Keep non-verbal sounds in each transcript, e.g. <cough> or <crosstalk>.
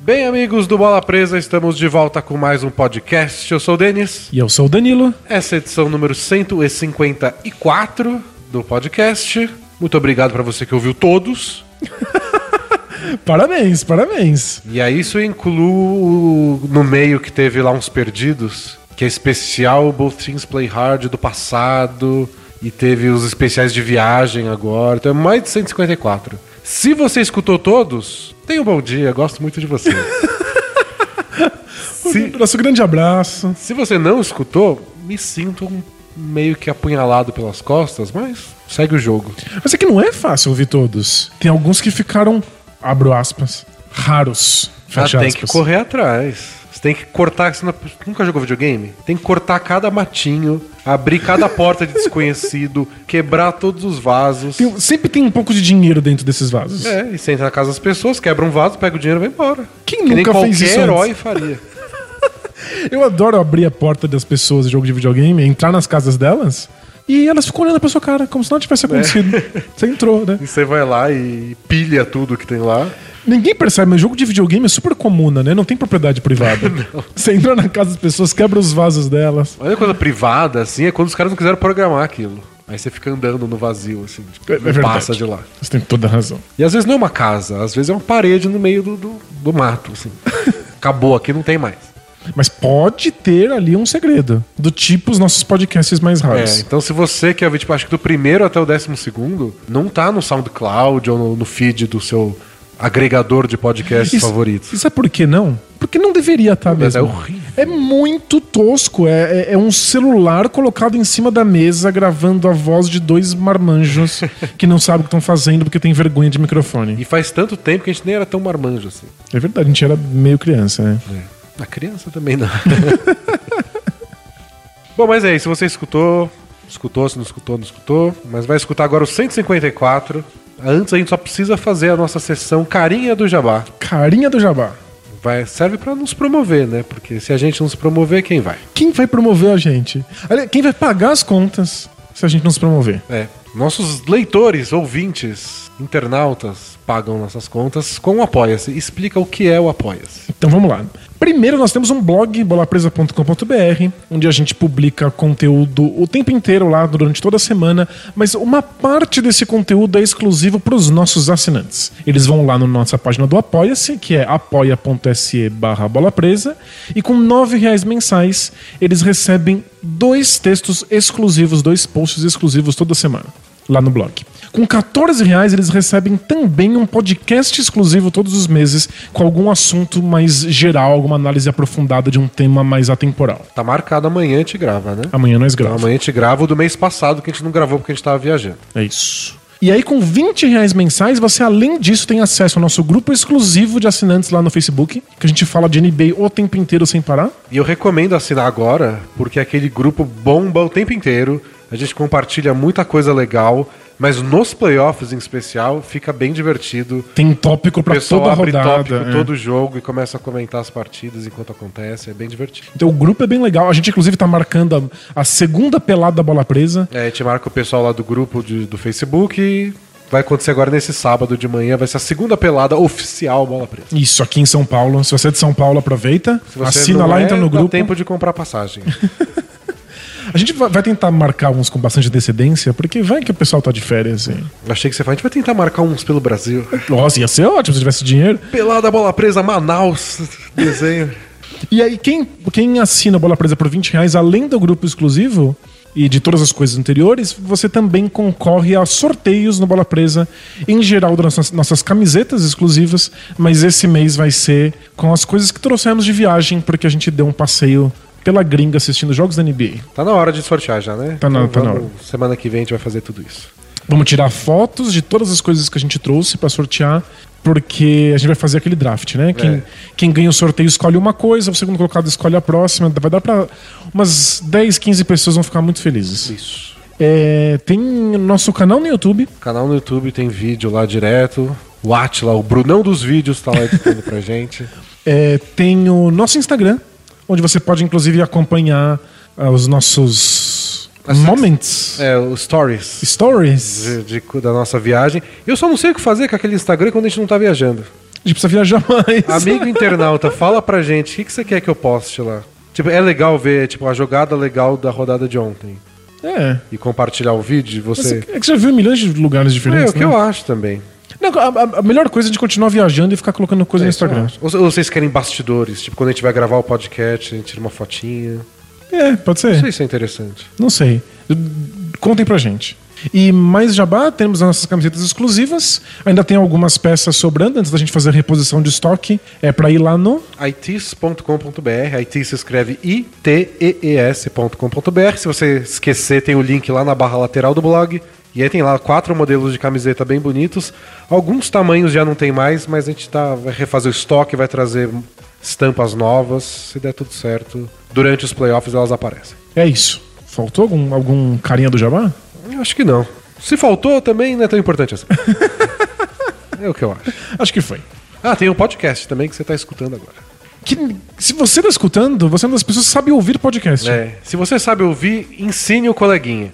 Bem, amigos do Bola Presa, estamos de volta com mais um podcast. Eu sou o Denis. E eu sou o Danilo. Essa é a edição número 154 do podcast. Muito obrigado para você que ouviu todos. Parabéns, parabéns. E aí isso incluo no meio que teve lá uns perdidos, que é especial Both Things Play Hard do passado e teve os especiais de viagem agora. Então é mais de 154. Se você escutou todos, tenha um bom dia, gosto muito de você. Se- Nosso grande abraço. Se você não escutou, me sinto um- meio que apunhalado pelas costas, mas segue o jogo. Mas é que não é fácil ouvir todos. Tem alguns que ficaram, abro aspas, raros. Já Fecha Ah, tem que aspas. correr atrás. Você tem que cortar. Você não- nunca jogou videogame? Tem que cortar cada matinho, abrir cada porta de desconhecido, <laughs> quebrar todos os vasos. Tem- sempre tem um pouco de dinheiro dentro desses vasos. É, e você entra na casa das pessoas, quebra um vaso, pega o dinheiro e vai embora. Quem que nem nunca qualquer fez isso herói faria. Eu adoro abrir a porta das pessoas de jogo de videogame, entrar nas casas delas e elas ficam olhando pra sua cara, como se não É. <laughs> tivesse acontecido. Você entrou, né? E você vai lá e pilha tudo que tem lá. Ninguém percebe, mas jogo de videogame é super comuna, né? Não tem <laughs> propriedade privada. Você entra na casa das pessoas, quebra os vasos delas. A única coisa privada, assim, é quando os caras não quiseram programar aquilo. Aí você fica andando no vazio, assim, tipo, É- é não verdade. passa de lá. Você tem toda a razão. E às vezes não é uma casa, às vezes é uma parede no meio do, do, do mato, assim. Acabou aqui, não tem mais. Mas pode ter ali um segredo. Do tipo os nossos podcasts mais É, raros. então se você quer ver, tipo, acho que do primeiro até o décimo segundo, não tá no SoundCloud ou no, no feed do seu agregador de podcasts favoritos. Isso é por que não? Porque não deveria estar Mas mesmo. é horrível. É muito tosco. É, é- é um celular colocado em cima da mesa gravando a voz de dois <laughs> marmanjos que não sabem o que estão fazendo porque tem vergonha de microfone. E faz tanto tempo que a gente nem era tão marmanjo assim. É verdade, a gente era meio criança, né? A criança também não. Bom, mas é isso. Você escutou, escutou, se não escutou, não escutou. Mas vai escutar agora o 154. Antes a gente só precisa fazer a nossa sessão Carinha do Jabá. Carinha do Jabá. Vai, serve pra nos promover, né? Porque se a gente não se promover, quem vai? Quem vai promover a gente? Aliás, Quem vai pagar as contas se a gente não se promover? É. Nossos leitores, ouvintes, internautas pagam nossas contas com o Apoia-se. Explica o que é o Apoia-se. Então vamos lá. Primeiro, nós temos um blog, bolapresa.com.br, onde a gente publica conteúdo o tempo inteiro lá, durante toda a semana, mas uma parte desse conteúdo é exclusivo para os nossos assinantes. Eles vão lá na nossa página do Apoia-se, que é apoia.se barra bola presa, e com nove reais mensais, eles recebem dois textos exclusivos, dois posts exclusivos toda semana, lá no blog. Com R$ 14 reais, eles recebem também um podcast exclusivo todos os meses com algum assunto mais geral, alguma análise aprofundada de um tema mais atemporal. Tá marcado amanhã, a gente grava, né? Amanhã nós Então, gravamos. amanhã a gente grava o do mês passado que a gente não gravou porque a gente tava viajando. É isso. E aí, com 20 reais mensais, você, além disso, tem acesso ao nosso grupo exclusivo de assinantes lá no Facebook, que a gente fala de NBA o tempo inteiro sem parar. E eu recomendo assinar agora, porque aquele grupo bomba o tempo inteiro. A gente compartilha muita coisa legal, mas nos playoffs em especial fica bem divertido. Tem tópico O pra pessoal toda a abre rodada. tópico é. todo jogo e começa a comentar as partidas enquanto acontece. É bem divertido. Então o grupo é bem legal. A gente, inclusive, tá marcando a, a segunda pelada da bola presa. É, te marca o pessoal lá do grupo de- do Facebook. e Vai acontecer agora nesse sábado de manhã. Vai ser a segunda pelada oficial Bola Presa. Isso, aqui em São Paulo. Se você é de São Paulo, aproveita. Se você Assina não lá, é, entra no dá grupo. tempo de comprar passagem. A gente va- vai tentar marcar uns com bastante antecedência, porque vai que o pessoal tá de férias. E... Achei que você falou, a gente vai tentar marcar uns pelo Brasil. Nossa, ia ser ótimo se tivesse dinheiro. Pelada Bola Presa, Manaus. <laughs> Desenho. E aí, quem, quem assina a Bola Presa por 20 reais, além do grupo exclusivo e de todas as coisas anteriores, você também concorre a sorteios no Bola Presa, em geral das nossas, nossas camisetas exclusivas, mas esse mês vai ser com as coisas que trouxemos de viagem, porque a gente deu um passeio pela gringa assistindo jogos da NBA. Tá na hora de sortear já, né? Tá na- tá na vamos- Semana que vem a gente vai fazer tudo isso. Vamos tirar fotos de todas as coisas que a gente trouxe pra sortear, porque a gente vai fazer aquele draft, né? É. Quem, quem ganha o sorteio escolhe uma coisa, o segundo colocado escolhe a próxima. Vai dar pra. Umas 10, 15 pessoas vão ficar muito felizes. Isso. É, tem nosso canal no YouTube. Canal no YouTube tem vídeo lá direto. O Atila, o Brunão dos vídeos, tá lá editando pra <laughs> gente. É, tem o nosso Instagram, onde você pode inclusive acompanhar ah, os nossos As- moments, É, os stories stories. de- de- da nossa viagem. Eu só não sei o que fazer com aquele Instagram quando a gente não tá viajando. A gente precisa viajar <laughs> mais. Amigo internauta, fala pra gente, o que, que você quer que eu poste lá? Tipo, é legal ver tipo, a jogada legal da rodada de ontem É. e compartilhar o vídeo, Mas você... é que já viu em milhões de lugares É, diferentes. o que né? eu acho também. Não, a, a- a melhor coisa é a gente continuar viajando e ficar colocando É coisa no Instagram. Ou ou vocês querem bastidores? Tipo, quando a gente vai gravar o podcast, a gente tira uma fotinha. É, pode Não ser. sei se é interessante. Não sei. Contem pra gente. E mais jabá, temos as nossas camisetas exclusivas. Ainda tem algumas peças sobrando antes da gente fazer a reposição de estoque. É pra ir lá no. itis.com.br, itis se escreve I-T-E-E-S.com.br. Se você esquecer, tem o link lá na barra lateral do blog. E aí tem lá quatro modelos de camiseta bem bonitos. Alguns tamanhos já não tem mais, mas a gente tá, vai refazer o estoque, vai trazer estampas novas. Se der tudo certo, durante os playoffs elas aparecem. É isso. Faltou algum, algum carinha do jabá? Eu acho que não. Se faltou, também não é tão importante assim. <laughs> é o que eu acho. Acho que foi. Ah, tem um podcast também que você está escutando agora. Que, se você tá escutando, você é uma das pessoas que sabe ouvir podcast. É, se você sabe ouvir, ensine o coleguinha.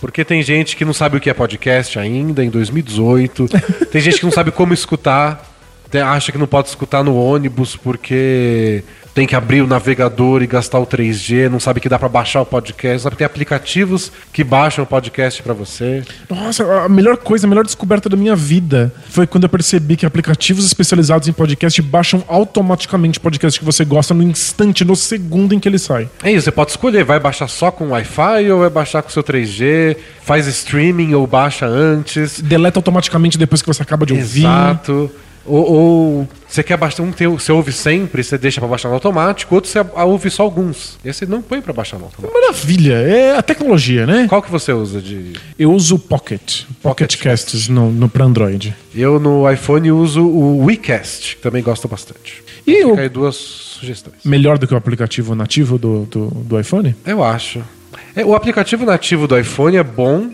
Porque tem gente que não sabe o que é podcast ainda, em 2018. tem gente que não sabe como escutar. Tem- Acha que não pode escutar no ônibus porque tem que abrir o navegador e gastar o 3G. Não sabe que dá pra baixar o podcast. Não sabe que tem aplicativos que baixam o podcast pra você. Nossa, a melhor coisa, a melhor descoberta da minha vida foi quando eu percebi que aplicativos especializados em podcast baixam automaticamente podcast que você gosta no instante, no segundo em que ele sai. É isso, você pode escolher, vai baixar só com Wi-Fi ou vai baixar com seu 3G, faz streaming ou baixa antes. Deleta automaticamente depois que você acaba de ouvir. um Exato. Ou, ou você quer baixar um teu, você ouve sempre, você deixa pra baixar no automático, outro você a- ouve só alguns. Esse não põe pra baixar no automático. Maravilha, é a tecnologia, né? Qual que você usa de. Eu uso o Pocket, Pocket Casts no, no para Android. Eu no iPhone uso o WeCast, que também gosto bastante. E Fica aí o duas sugestões. melhor do que o aplicativo nativo do, do, do iPhone? Eu acho. É, o aplicativo nativo do iPhone é bom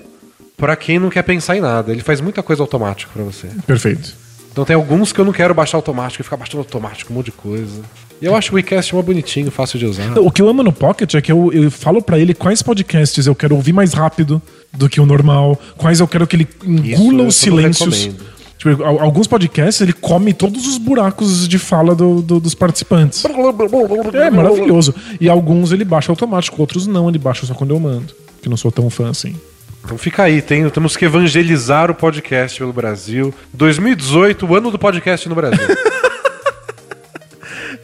pra quem não quer pensar em nada. Ele faz muita coisa automática pra você. Perfeito. Então tem alguns que eu não quero baixar automático, ficar baixando automático, um monte de coisa. E eu acho o WeCast mó bonitinho, fácil de usar. O que eu amo no Pocket é que eu, eu falo pra ele quais podcasts eu quero ouvir mais rápido do que o normal, quais eu quero que ele Isso eu engula não os silêncios. recomendo. Tipo, al- alguns podcasts ele come todos os buracos de fala do- do- dos participantes. É maravilhoso. E alguns ele baixa automático, outros não, ele baixa só quando eu mando. Que eu não sou tão fã assim. Então fica aí, tem- temos que evangelizar o podcast pelo Brasil. 2018, o ano do podcast no Brasil.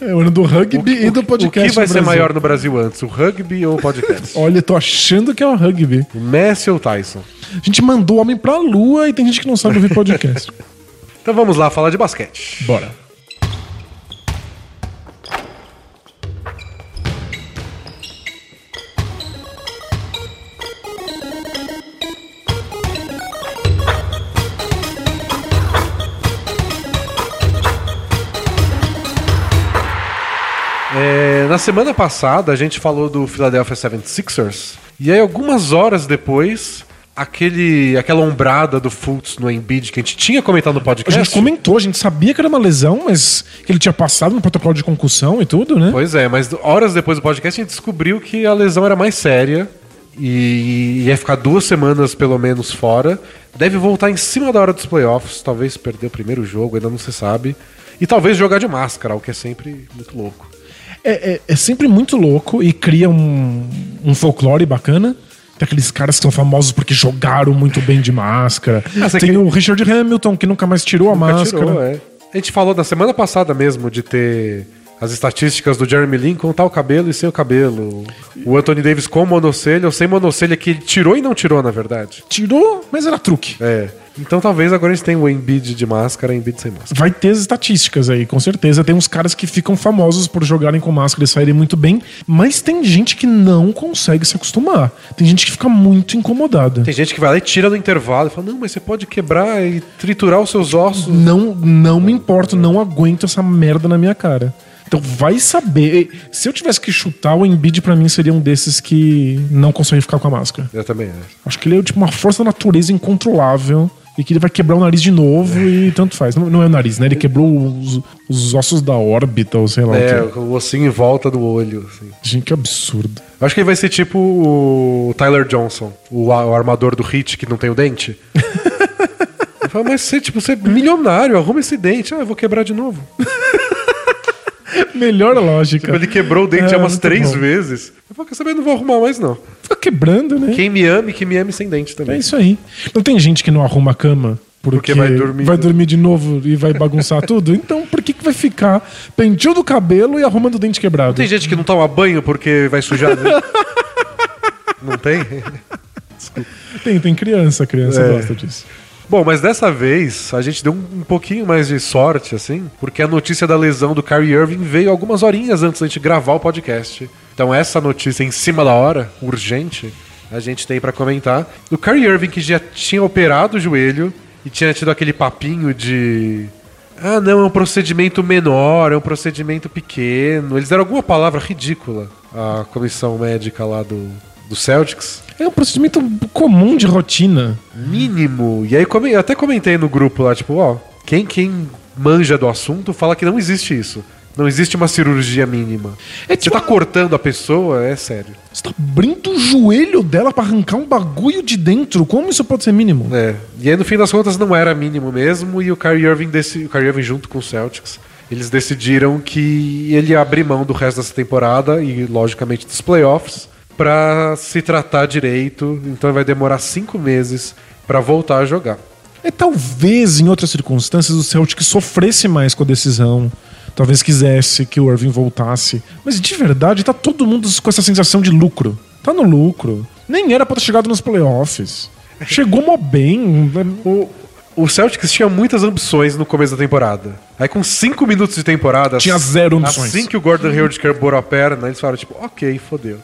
É o ano do rugby <laughs> e do podcast. o que vai no ser Brasil. maior no Brasil antes, o rugby ou o <laughs> podcast? Olha, eu tô achando que é o rugby. O Messi ou o Tyson? A gente mandou o homem pra lua e tem gente que não sabe ouvir podcast. Então vamos lá falar de basquete. Bora. É, na semana passada a gente falou do Philadelphia 76ers e aí algumas horas depois aquele aquela ombrada do Fultz no Embiid que a gente tinha comentado no A podcast. gente comentou, a gente sabia que era uma lesão, mas que ele tinha passado no protocolo de concussão e tudo, né? Pois é, mas horas depois do podcast a gente descobriu que a lesão era mais séria e ia ficar duas semanas pelo menos fora. Deve voltar em cima da hora dos playoffs, talvez perder o primeiro jogo, ainda não se sabe. E talvez jogar de máscara, o que é sempre muito louco. É, é- é sempre muito louco e cria um, um folclore bacana. Tem aqueles caras que são famosos porque jogaram muito bem de máscara. Ah, você Tem que- o Richard Hamilton, que nunca mais tirou a Nunca máscara. tirou, é. A gente falou na semana passada mesmo de ter as estatísticas do Jeremy Lin com tal cabelo e sem o cabelo. O Anthony Davis com monocelha ou sem monocelha que ele tirou e não tirou, na verdade. Tirou, mas era truque. É. Então talvez agora a gente tenha o Embiid de máscara e o Embiid sem máscara. Vai ter as estatísticas aí, com certeza. Tem uns caras que ficam famosos por jogarem com máscara e saírem muito bem, mas tem gente que não consegue se acostumar. Tem gente que fica muito incomodada. Tem gente que vai lá e tira no intervalo e fala: Não, mas você pode quebrar e triturar os seus ossos. Não, não me importo, não aguento essa merda na minha cara. Então vai saber. E Se eu tivesse que chutar, o Embiid pra mim seria um desses que não consegue ficar com a máscara. Eu também acho. Acho que ele é tipo uma força da natureza incontrolável e que ele vai quebrar o nariz de novo e tanto faz. Não, não é o nariz, né? Ele quebrou os, os ossos da órbita ou sei lá É, o que. o ossinho em volta do olho. assim. Gente, que absurdo. <laughs> Eu acho que ele vai ser tipo <laughs> o Tyler Johnson, o, a- o armador do Hit que não tem o dente. Fala, mas você, tipo, você é milionário, arruma esse dente. Ah, eu vou quebrar de novo. Melhor lógica. Tipo, Ele quebrou o dente É, já umas muito três bom. vezes. Eu falo, quer saber, não vou arrumar mais, não. Tá quebrando, né? Quem me ame, que me ame sem dente É também. isso aí. Não tem gente que não arruma a cama Porque porque, vai dormir. vai dormir de novo e vai <laughs> bagunçar tudo? Então por que, que vai ficar penteando o cabelo e arrumando o dente quebrado? Tem gente que não toma banho porque vai sujar. <laughs> né? não tem? Tem, tem criança, criança É. gosta disso. Bom, mas dessa vez a gente deu um, um pouquinho mais de sorte, assim, porque a notícia da lesão do Kyrie Irving veio algumas horinhas antes da gente gravar o podcast. Então essa notícia em cima da hora, urgente, a gente tem pra comentar. Do Kyrie Irving que já tinha operado o joelho e tinha tido aquele papinho de ah, não, é um procedimento menor, é um procedimento pequeno. Eles deram alguma palavra ridícula à comissão médica lá do, do Celtics É um procedimento comum de rotina. mínimo. E aí come- eu até comentei no grupo lá, tipo, ó, quem, quem manja do assunto fala que não existe isso. Não existe uma cirurgia mínima. É Você tipo tá cortando a pessoa, é sério. Você tá abrindo o joelho dela pra arrancar um bagulho de dentro. Como isso pode ser mínimo? É. E aí no fim das contas não era mínimo mesmo, e o Kyrie Irving, deci- o Kyrie Irving junto com o Celtics, eles decidiram que ele ia abrir mão do resto dessa temporada e, logicamente, dos playoffs, pra se tratar direito. Então vai demorar cinco meses pra voltar a jogar. É talvez em outras circunstâncias o Celtic sofresse mais com a decisão. Talvez quisesse que o Irving voltasse. Mas de verdade, tá todo mundo com essa sensação de lucro. Tá no lucro. Nem era pra ter chegado nos playoffs. Chegou mó bem. O, o Celtics tinha muitas ambições no começo da temporada. Aí com cinco minutos de temporada... Tinha zero ambições. Assim que o Gordon Hayward quebrou a perna, eles falaram tipo, ok, fodeu.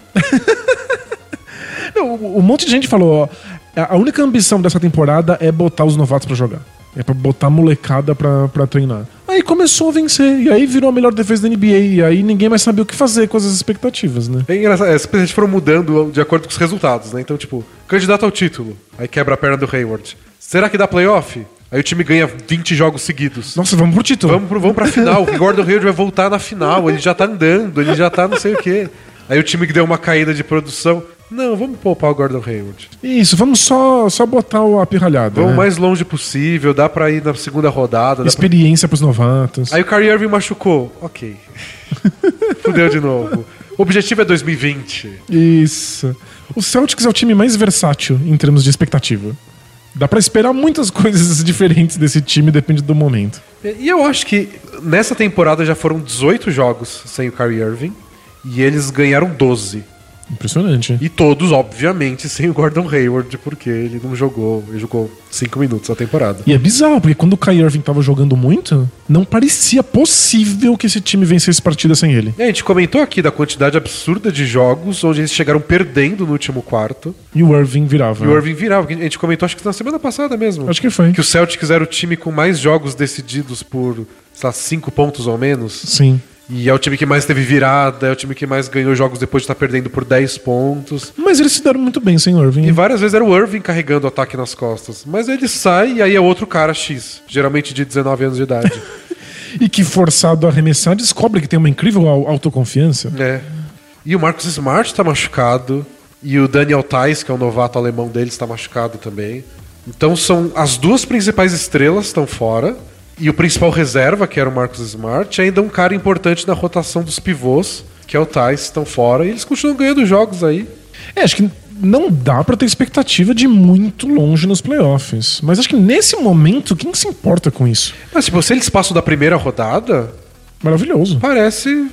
Não, um monte de gente falou: ó, a única ambição dessa temporada é botar os novatos pra jogar. É pra botar a molecada pra, pra treinar. Aí começou a vencer, e aí virou a melhor defesa da NBA, e aí ninguém mais sabia o que fazer com as expectativas, né? É engraçado, é, simplesmente foram mudando de acordo com os resultados, né? Então, tipo, candidato ao título, aí quebra a perna do Hayward. Será que dá playoff? Aí o time ganha 20 jogos seguidos. Nossa, vamos pro título. Vamos, pro, vamos pra final, o Gordon Hayward vai voltar na final, ele já tá andando, ele já tá não sei o quê. Aí o time que deu uma caída de produção... Não, vamos poupar o Gordon Hayward. Isso, vamos só, só botar o- a pirralhada. Vamos o né? mais longe possível, dá pra ir na segunda rodada. dá pra- Experiência pros novatos. Aí o Kyrie Irving machucou. Ok. Fudeu de novo. O objetivo é 2020. Isso. O Celtics é o time mais versátil em termos de expectativa. Dá pra esperar muitas <laughs> coisas diferentes desse time, depende do momento. E e eu acho que nessa temporada já foram 18 jogos sem o Kyrie Irving. E eles ganharam 12. Impressionante. E todos, obviamente, <laughs> sem o Gordon Hayward, porque ele não jogou. Ele jogou 5 minutos na temporada. E é bizarro, porque quando o Kyrie Irving tava jogando muito, não parecia possível que esse time vencesse partida sem ele. E a gente comentou aqui da quantidade absurda de jogos onde eles chegaram perdendo no último quarto. E o Irving virava. E o Irving virava. que A gente comentou, acho que na semana passada mesmo. Acho que foi. que o Celtics era o time com mais jogos decididos por, sei lá, cinco pontos ou menos. Sim. E é o time que mais teve virada, é o time que mais ganhou jogos depois de estar perdendo por 10 pontos. Mas eles se deram muito bem sem o E Irving. várias vezes era o Irving carregando o ataque nas costas. Mas ele sai e aí é outro cara X, geralmente de 19 anos de idade. E que forçado a arremessar, descobre que tem uma incrível au- autoconfiança. é. E o Marcus Smart tá machucado. E o Daniel Tais, que é o novato alemão deles, está machucado também. Então são as duas principais estrelas estão fora. E o principal reserva, que era o Marcus Smart, e ainda um cara importante na rotação dos pivôs, que é o Tais, estão fora. E eles continuam ganhando jogos aí. É, acho que não dá pra ter expectativa de ir muito longe nos playoffs. Mas acho que nesse momento, quem se importa com isso? Mas tipo, se eles passam da primeira rodada, Maravilhoso. parece.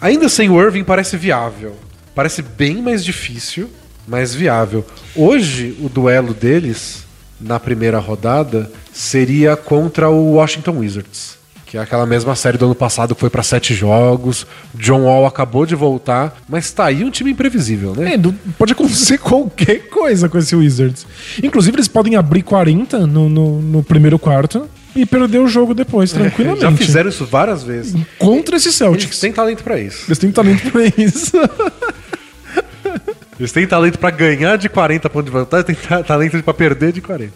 Ainda sem o Irving, parece viável. Parece bem mais difícil, mas viável. Hoje, o duelo deles, na primeira rodada, seria contra o Washington Wizards. Que é aquela mesma série do ano passado que foi pra sete jogos. John Wall acabou de voltar, mas tá aí um time imprevisível, né? É, do- pode acontecer <laughs> qualquer coisa com esse Wizards. Inclusive, eles podem abrir 40 no, no, no primeiro quarto e perder o jogo depois, tranquilamente. É, Já fizeram isso várias vezes. Contra esse Eles Celtics. têm talento pra isso. Eles têm talento pra <laughs> isso. Eles têm talento pra ganhar de 40 pontos de vantagem, têm ta- talento pra perder de 40.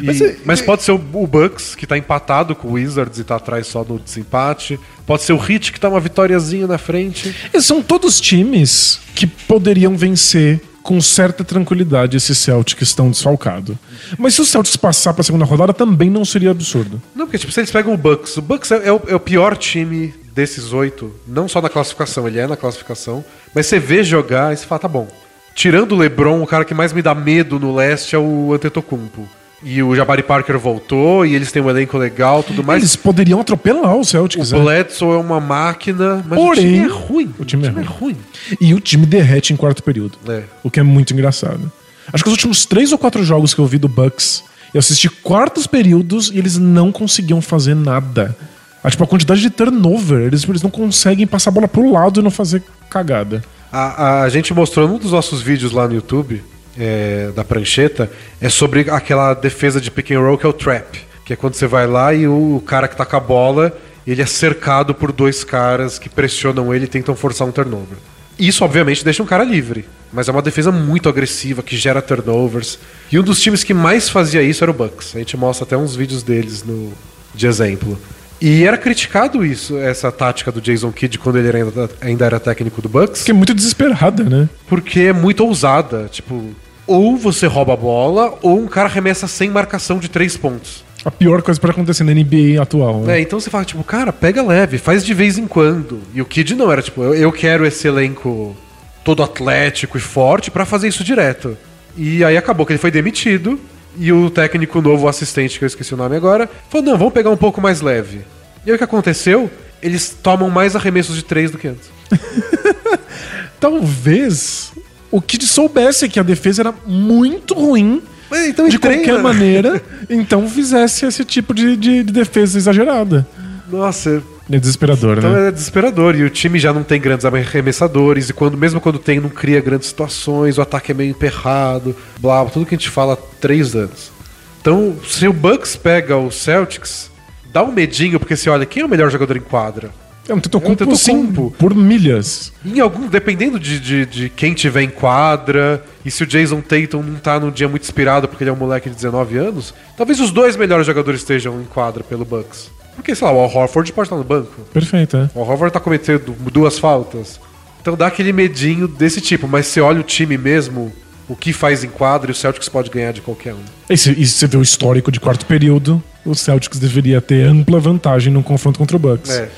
E- Mas mas, é- pode ser o, o Bucks, que tá empatado com o Wizards e tá atrás só no desempate. Pode ser o Heat, que tá uma vitóriazinha na frente. Eles são todos times que poderiam vencer com certa tranquilidade esse Celtic estão desfalcado. Mas se o Celtics passar para a segunda rodada, também não seria absurdo. Não, porque tipo, se eles pegam o Bucks, o Bucks é, é o, é o pior time desses oito, não só na classificação, ele é na classificação, mas você vê jogar e você fala, tá bom. Tirando o LeBron, o cara que mais me dá medo no leste é o Antetokounmpo. E o Jabari Parker voltou, e eles têm um elenco legal, tudo mais. Eles poderiam atropelar o Celtics. O é. Bledsoe é uma máquina, mas o Porém, time é ruim. o time é ruim. E o time derrete em quarto período. É. O que é muito engraçado. Acho que os últimos três ou quatro jogos que eu vi do Bucks, eu assisti quartos períodos e eles não conseguiam fazer nada. Ah, tipo, a quantidade de turnover, eles, tipo, eles não conseguem passar a bola pro lado e não fazer cagada. A, a gente mostrou num dos nossos vídeos lá no YouTube, é, da prancheta, é sobre aquela defesa de pick and roll que é o trap. Que é quando você vai lá e o cara que tá com a bola, ele é cercado por dois caras que pressionam ele e tentam forçar um turnover. Isso, obviamente, deixa um cara livre. Mas é uma defesa muito agressiva, que gera turnovers. E um dos times que mais fazia isso era o Bucks. A gente mostra até uns vídeos deles no, de exemplo. E era criticado isso, essa tática do Jason Kidd quando ele era ainda, ainda era técnico do Bucks. Que é muito desesperada, né? Porque é muito ousada. Tipo, ou você rouba a bola, ou um cara arremessa sem marcação de três pontos. A pior coisa para acontecer na NBA atual. Né? É, então você fala, tipo, cara, pega leve, faz de vez em quando. E o Kid não era, tipo, eu, eu quero esse elenco todo atlético e forte pra fazer isso direto. E aí acabou que ele foi demitido. E o técnico novo, o assistente, que eu esqueci o nome agora, falou: não, vamos pegar um pouco mais leve. E aí o que aconteceu? Eles tomam mais arremessos de três do que antes. É. Talvez o Kid soubesse é que a defesa era muito ruim Mas então de treina, qualquer né? maneira, então fizesse esse tipo de, de- de defesa exagerada. Nossa, É desesperador, Então né? é desesperador. E o time já não tem grandes arremessadores. E quando, mesmo quando tem, não cria grandes situações. O ataque é meio emperrado. Blá, tudo que a gente fala há três anos. Então, se o Bucks pega o Celtics, dá um medinho, porque você olha quem é o melhor jogador em quadra. É um É um tetocumpo, sim, tetocumpo. por milhas. Em algum, dependendo de, de, de quem tiver em quadra, e se o Jason Tatum não tá num dia muito inspirado porque ele é um moleque de 19 anos, talvez os dois melhores jogadores estejam em quadra pelo Bucks. Porque, sei lá, o Al Horford pode estar no banco. Perfeito, é. O Horford tá cometendo duas faltas. Então dá aquele medinho desse tipo, mas você olha o time mesmo, o que faz em quadro e o Celtics pode ganhar de qualquer um. E se, e se você vê o histórico de quarto período, o Celtics deveria ter ampla vantagem no confronto contra o Bucks. É.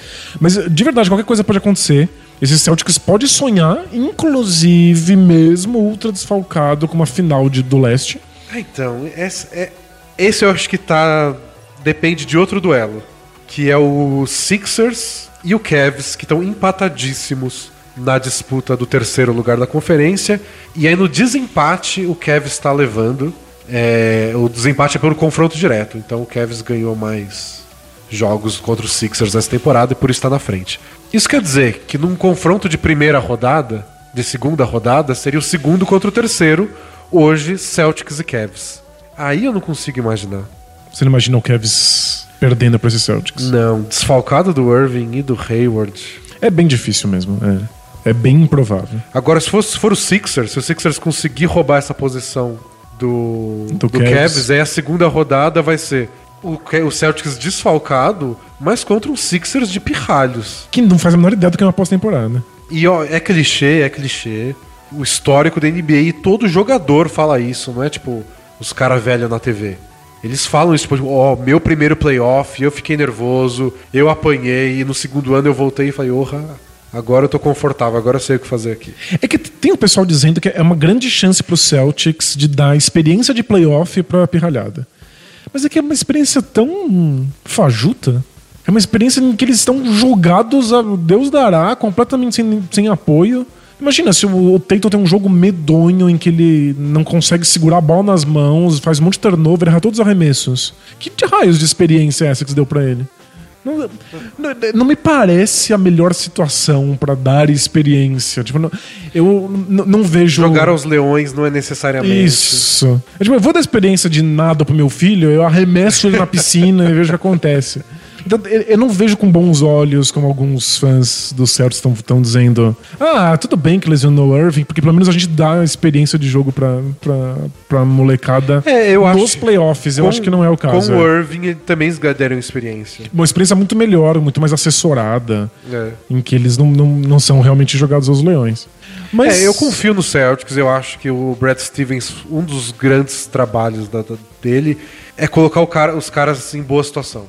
Mas, de verdade, qualquer coisa pode acontecer. Esse Celtics pode sonhar, inclusive mesmo ultra desfalcado, com uma final de, do leste. Ah, Então, esse, é- esse eu acho que tá. Depende de outro duelo. Que é o Sixers e o Cavs, que estão empatadíssimos na disputa do terceiro lugar da conferência. E aí no desempate o Cavs está levando. É, o desempate é pelo confronto direto. Então o Cavs ganhou mais jogos contra os Sixers nessa temporada e por isso está na frente. Isso quer dizer que num confronto de primeira rodada, de segunda rodada, seria o segundo contra o terceiro, hoje Celtics e Cavs. Aí eu não consigo imaginar. Você não imagina o Cavs perdendo para esse Celtics. Não, desfalcado do Irving e do Hayward. É bem difícil mesmo, é. É bem improvável. Agora, se for, se for o Sixers, se o Sixers conseguir roubar essa posição do, Do do, Cavs. Cavs. aí a segunda rodada vai ser o, Ca- o Celtics desfalcado, mas contra um Sixers de pirralhos. Que não faz a menor ideia do que é uma pós-temporada. E ó, é clichê, é clichê. O histórico da NBA e todo jogador fala isso, não é tipo os caras velhos na TV. Eles falam isso, tipo, ó, meu primeiro playoff, eu fiquei nervoso, eu apanhei, e no segundo ano eu voltei e falei, orra, agora eu tô confortável, agora eu sei o que fazer aqui. É que tem o pessoal dizendo que é uma grande chance pro Celtics de dar experiência de playoff pra pirralhada. Mas é que é uma experiência tão fajuta. É uma experiência em que eles estão jogados a Deus dará, completamente sem, sem apoio. Imagina se o Tatum tem um jogo medonho em que ele não consegue segurar a bola nas mãos, faz um monte de turnover, erra todos os arremessos. Que raios de experiência é essa que você deu pra ele? Não, não- não me parece a melhor situação pra dar experiência. Tipo, não- eu n- não vejo. Jogar aos leões não é necessariamente. Isso. É, <laughs> Eu, tipo, eu vou dar experiência de nada pro meu filho, eu arremesso ele na piscina e vejo o que acontece. Então, eu eu não vejo com bons olhos, como alguns fãs do Celtics estão dizendo. Ah, tudo bem que lesionou o Irving, porque pelo menos a gente dá experiência de jogo pra, pra, pra molecada É, eu acho- nos playoffs. Eu Com- acho que não é o caso. Com é. o Irving, eles também deram experiência. Uma experiência muito melhor, muito mais assessorada, É. em que eles não, não, não são realmente jogados aos leões. Mas É, eu confio no Celtics, eu acho que o Brad Stevens, um dos grandes trabalhos da- da- dele é colocar o cara- os caras em boa situação.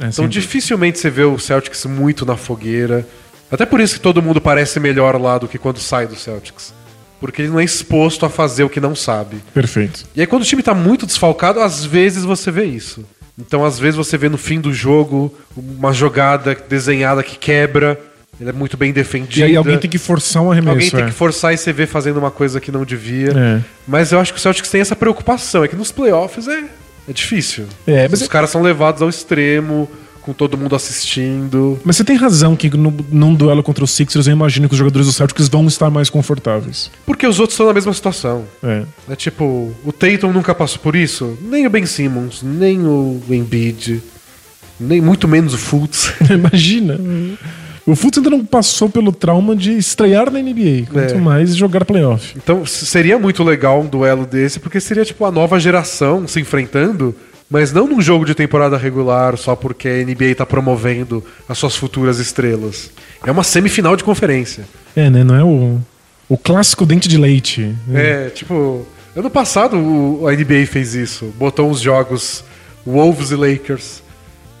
É, Então sim. dificilmente você vê o Celtics muito na fogueira. Até por isso que todo mundo parece melhor lá do que quando sai do Celtics. Porque ele não é exposto a fazer o que não sabe. Perfeito. E aí quando o time tá muito desfalcado, às vezes você vê isso. Então às vezes você vê no fim do jogo uma jogada desenhada que quebra, ele é muito bem defendida. E aí alguém tem que forçar um arremesso. é. Alguém tem é. que forçar e você vê fazendo uma coisa que não devia. É. Mas eu acho que o Celtics tem essa preocupação. É que nos playoffs é, é difícil. É, mas Os é- caras são levados ao extremo, com todo mundo assistindo. Mas você tem razão que no, num duelo contra os Sixers eu imagino que os jogadores do Celtics vão estar mais confortáveis. Porque os outros estão na mesma situação. É. <laughs> É tipo, o Tatum nunca passou por isso. Nem o Ben Simmons, nem o Embiid, nem muito menos o Fultz. Imagina. Hum. O Fultz ainda não passou pelo trauma de estrear na NBA, quanto É. mais jogar playoff. Então s- seria muito legal um duelo desse, porque seria tipo a nova geração se enfrentando, mas não num jogo de temporada regular, só porque a NBA tá promovendo as suas futuras estrelas. É uma semifinal de conferência. É, né? Não é o, o clássico dente de leite. É, tipo, ano passado o- a NBA fez isso, botou uns jogos Wolves e Lakers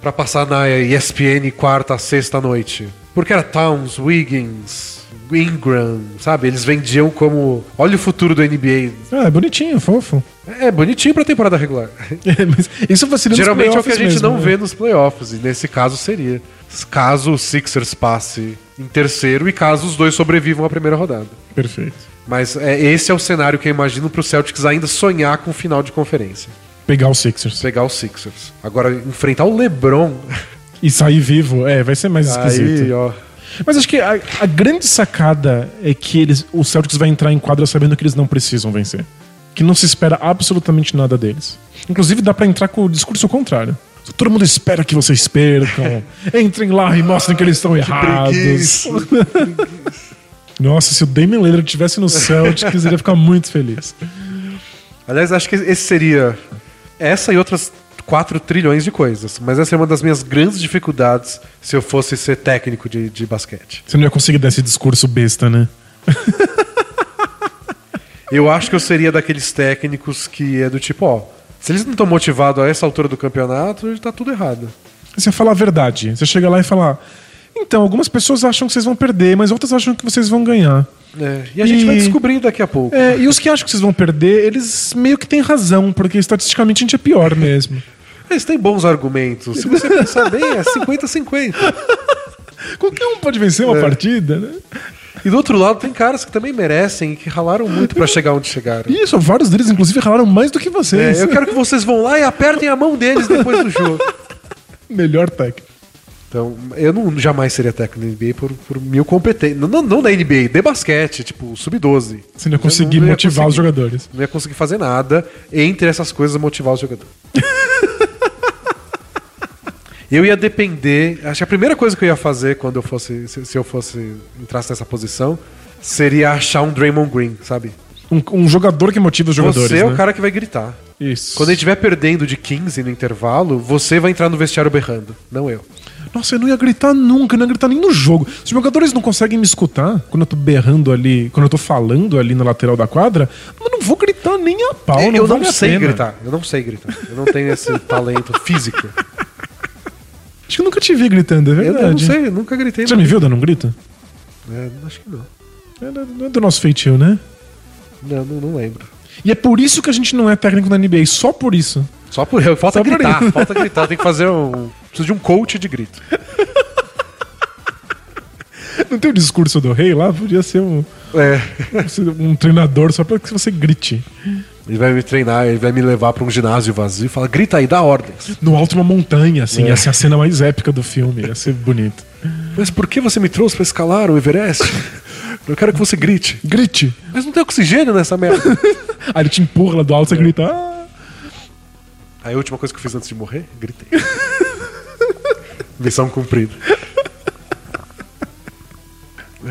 pra passar na ESPN quarta a sexta à noite. Porque era Towns, Wiggins, Ingram, sabe? Eles vendiam como, olha o futuro do NBA. Ah, é bonitinho, fofo. <laughs> É bonitinho pra temporada regular. É, mas isso facilita os Geralmente é o que a playoffs gente mesmo, não né? vê nos playoffs, e nesse caso seria. Caso o Sixers passe em terceiro e caso os dois sobrevivam à primeira rodada. né? Perfeito. Mas é, esse é o cenário que eu imagino pro Celtics ainda sonhar com o final de conferência. Pegar os Sixers. Pegar o Sixers. Agora, enfrentar o LeBron. E sair vivo, é, vai ser mais <laughs> esquisito. Aí, ó. Mas acho que a, a grande sacada é que eles, o Celtics vai entrar em quadra sabendo que eles não precisam vencer. Que não se espera absolutamente nada deles. Inclusive, dá pra entrar com o discurso contrário. Todo mundo espera que vocês percam. Entrem lá e mostrem que eles estão errados. <laughs> preguiça. Nossa, se o Damian Lillard estivesse no Celtics, ele ia ficar muito feliz. Aliás, acho que esse seria essa e outras 4 trilhões de coisas. Mas essa é uma das minhas grandes dificuldades se eu fosse ser técnico de, de basquete. Você não ia conseguir dar esse discurso besta, né? Eu acho que eu seria daqueles técnicos que é do tipo, ó, se eles não estão motivados a essa altura do campeonato, tá tudo errado. Você fala a verdade. Você chega lá e fala: Então, algumas pessoas acham que vocês vão perder, mas outras acham que vocês vão ganhar. É, e a gente E- vai descobrir daqui a pouco. É, e os que acham que vocês vão perder, eles meio que têm razão, porque estatisticamente a gente é pior mesmo. Eles têm bons argumentos. Se você pensar bem, é 50-50. Qualquer um pode vencer uma É. partida, né? E do outro lado, tem caras que também merecem e que ralaram muito pra chegar onde chegaram. E Isso, vários deles, inclusive, ralaram mais do que É, vocês. eu quero que vocês vão lá e apertem a mão deles depois do jogo. é Melhor técnico. Então, eu não, jamais seria técnico da NBA por, por mil competências. Não, não, não da NBA, de basquete, tipo, sub-12. Você não ia conseguir Eu não ia motivar os conseguir. jogadores. Não ia conseguir fazer nada entre essas coisas motivar os <laughs> jogadores. eu ia depender. Acho que a primeira coisa que eu ia fazer quando eu fosse. Se, se eu fosse. entrasse nessa posição, seria achar um Draymond Green, sabe? Um, um jogador que motiva os jogadores. Você é né? o cara que vai gritar. Isso. Quando ele estiver perdendo de 15 no intervalo, você vai entrar no vestiário berrando, não eu. Nossa, eu não ia gritar nunca, eu não ia gritar nem no jogo. Se os jogadores não conseguem me escutar quando eu tô berrando ali, quando eu tô falando ali na lateral da quadra, eu não vou gritar nem a pau. eu não vale a sei pena. gritar. Eu não sei gritar. Eu não tenho esse talento físico. Acho que eu nunca te vi gritando, é Eu, verdade. eu não sei, eu nunca gritei. Já me viu dando um grito? não. É, acho que não. É, Não é do nosso feitio, né? Não, não, não lembro. E é por isso que a gente não é técnico da NBA, só por isso. Só por eu. Falta Só por gritar. isso. Falta gritar. Tem que fazer um. Preciso de um coach de grito. Não tem o discurso do rei lá? Podia ser um, É. um treinador só pra que você grite. Ele vai me treinar, ele vai me levar pra um ginásio vazio e fala: grita aí, dá ordens. No alto de uma montanha, assim. É. Essa é a cena mais épica do filme. Ia ser bonito. Mas por que você me trouxe pra escalar o Everest? Eu quero que você grite. Grite! Mas não tem oxigênio nessa merda. Aí ele te empurra lá do alto, você grita. "Ah!" Aí a última coisa que eu fiz antes de morrer, gritei. <laughs> Missão cumprida. Ai,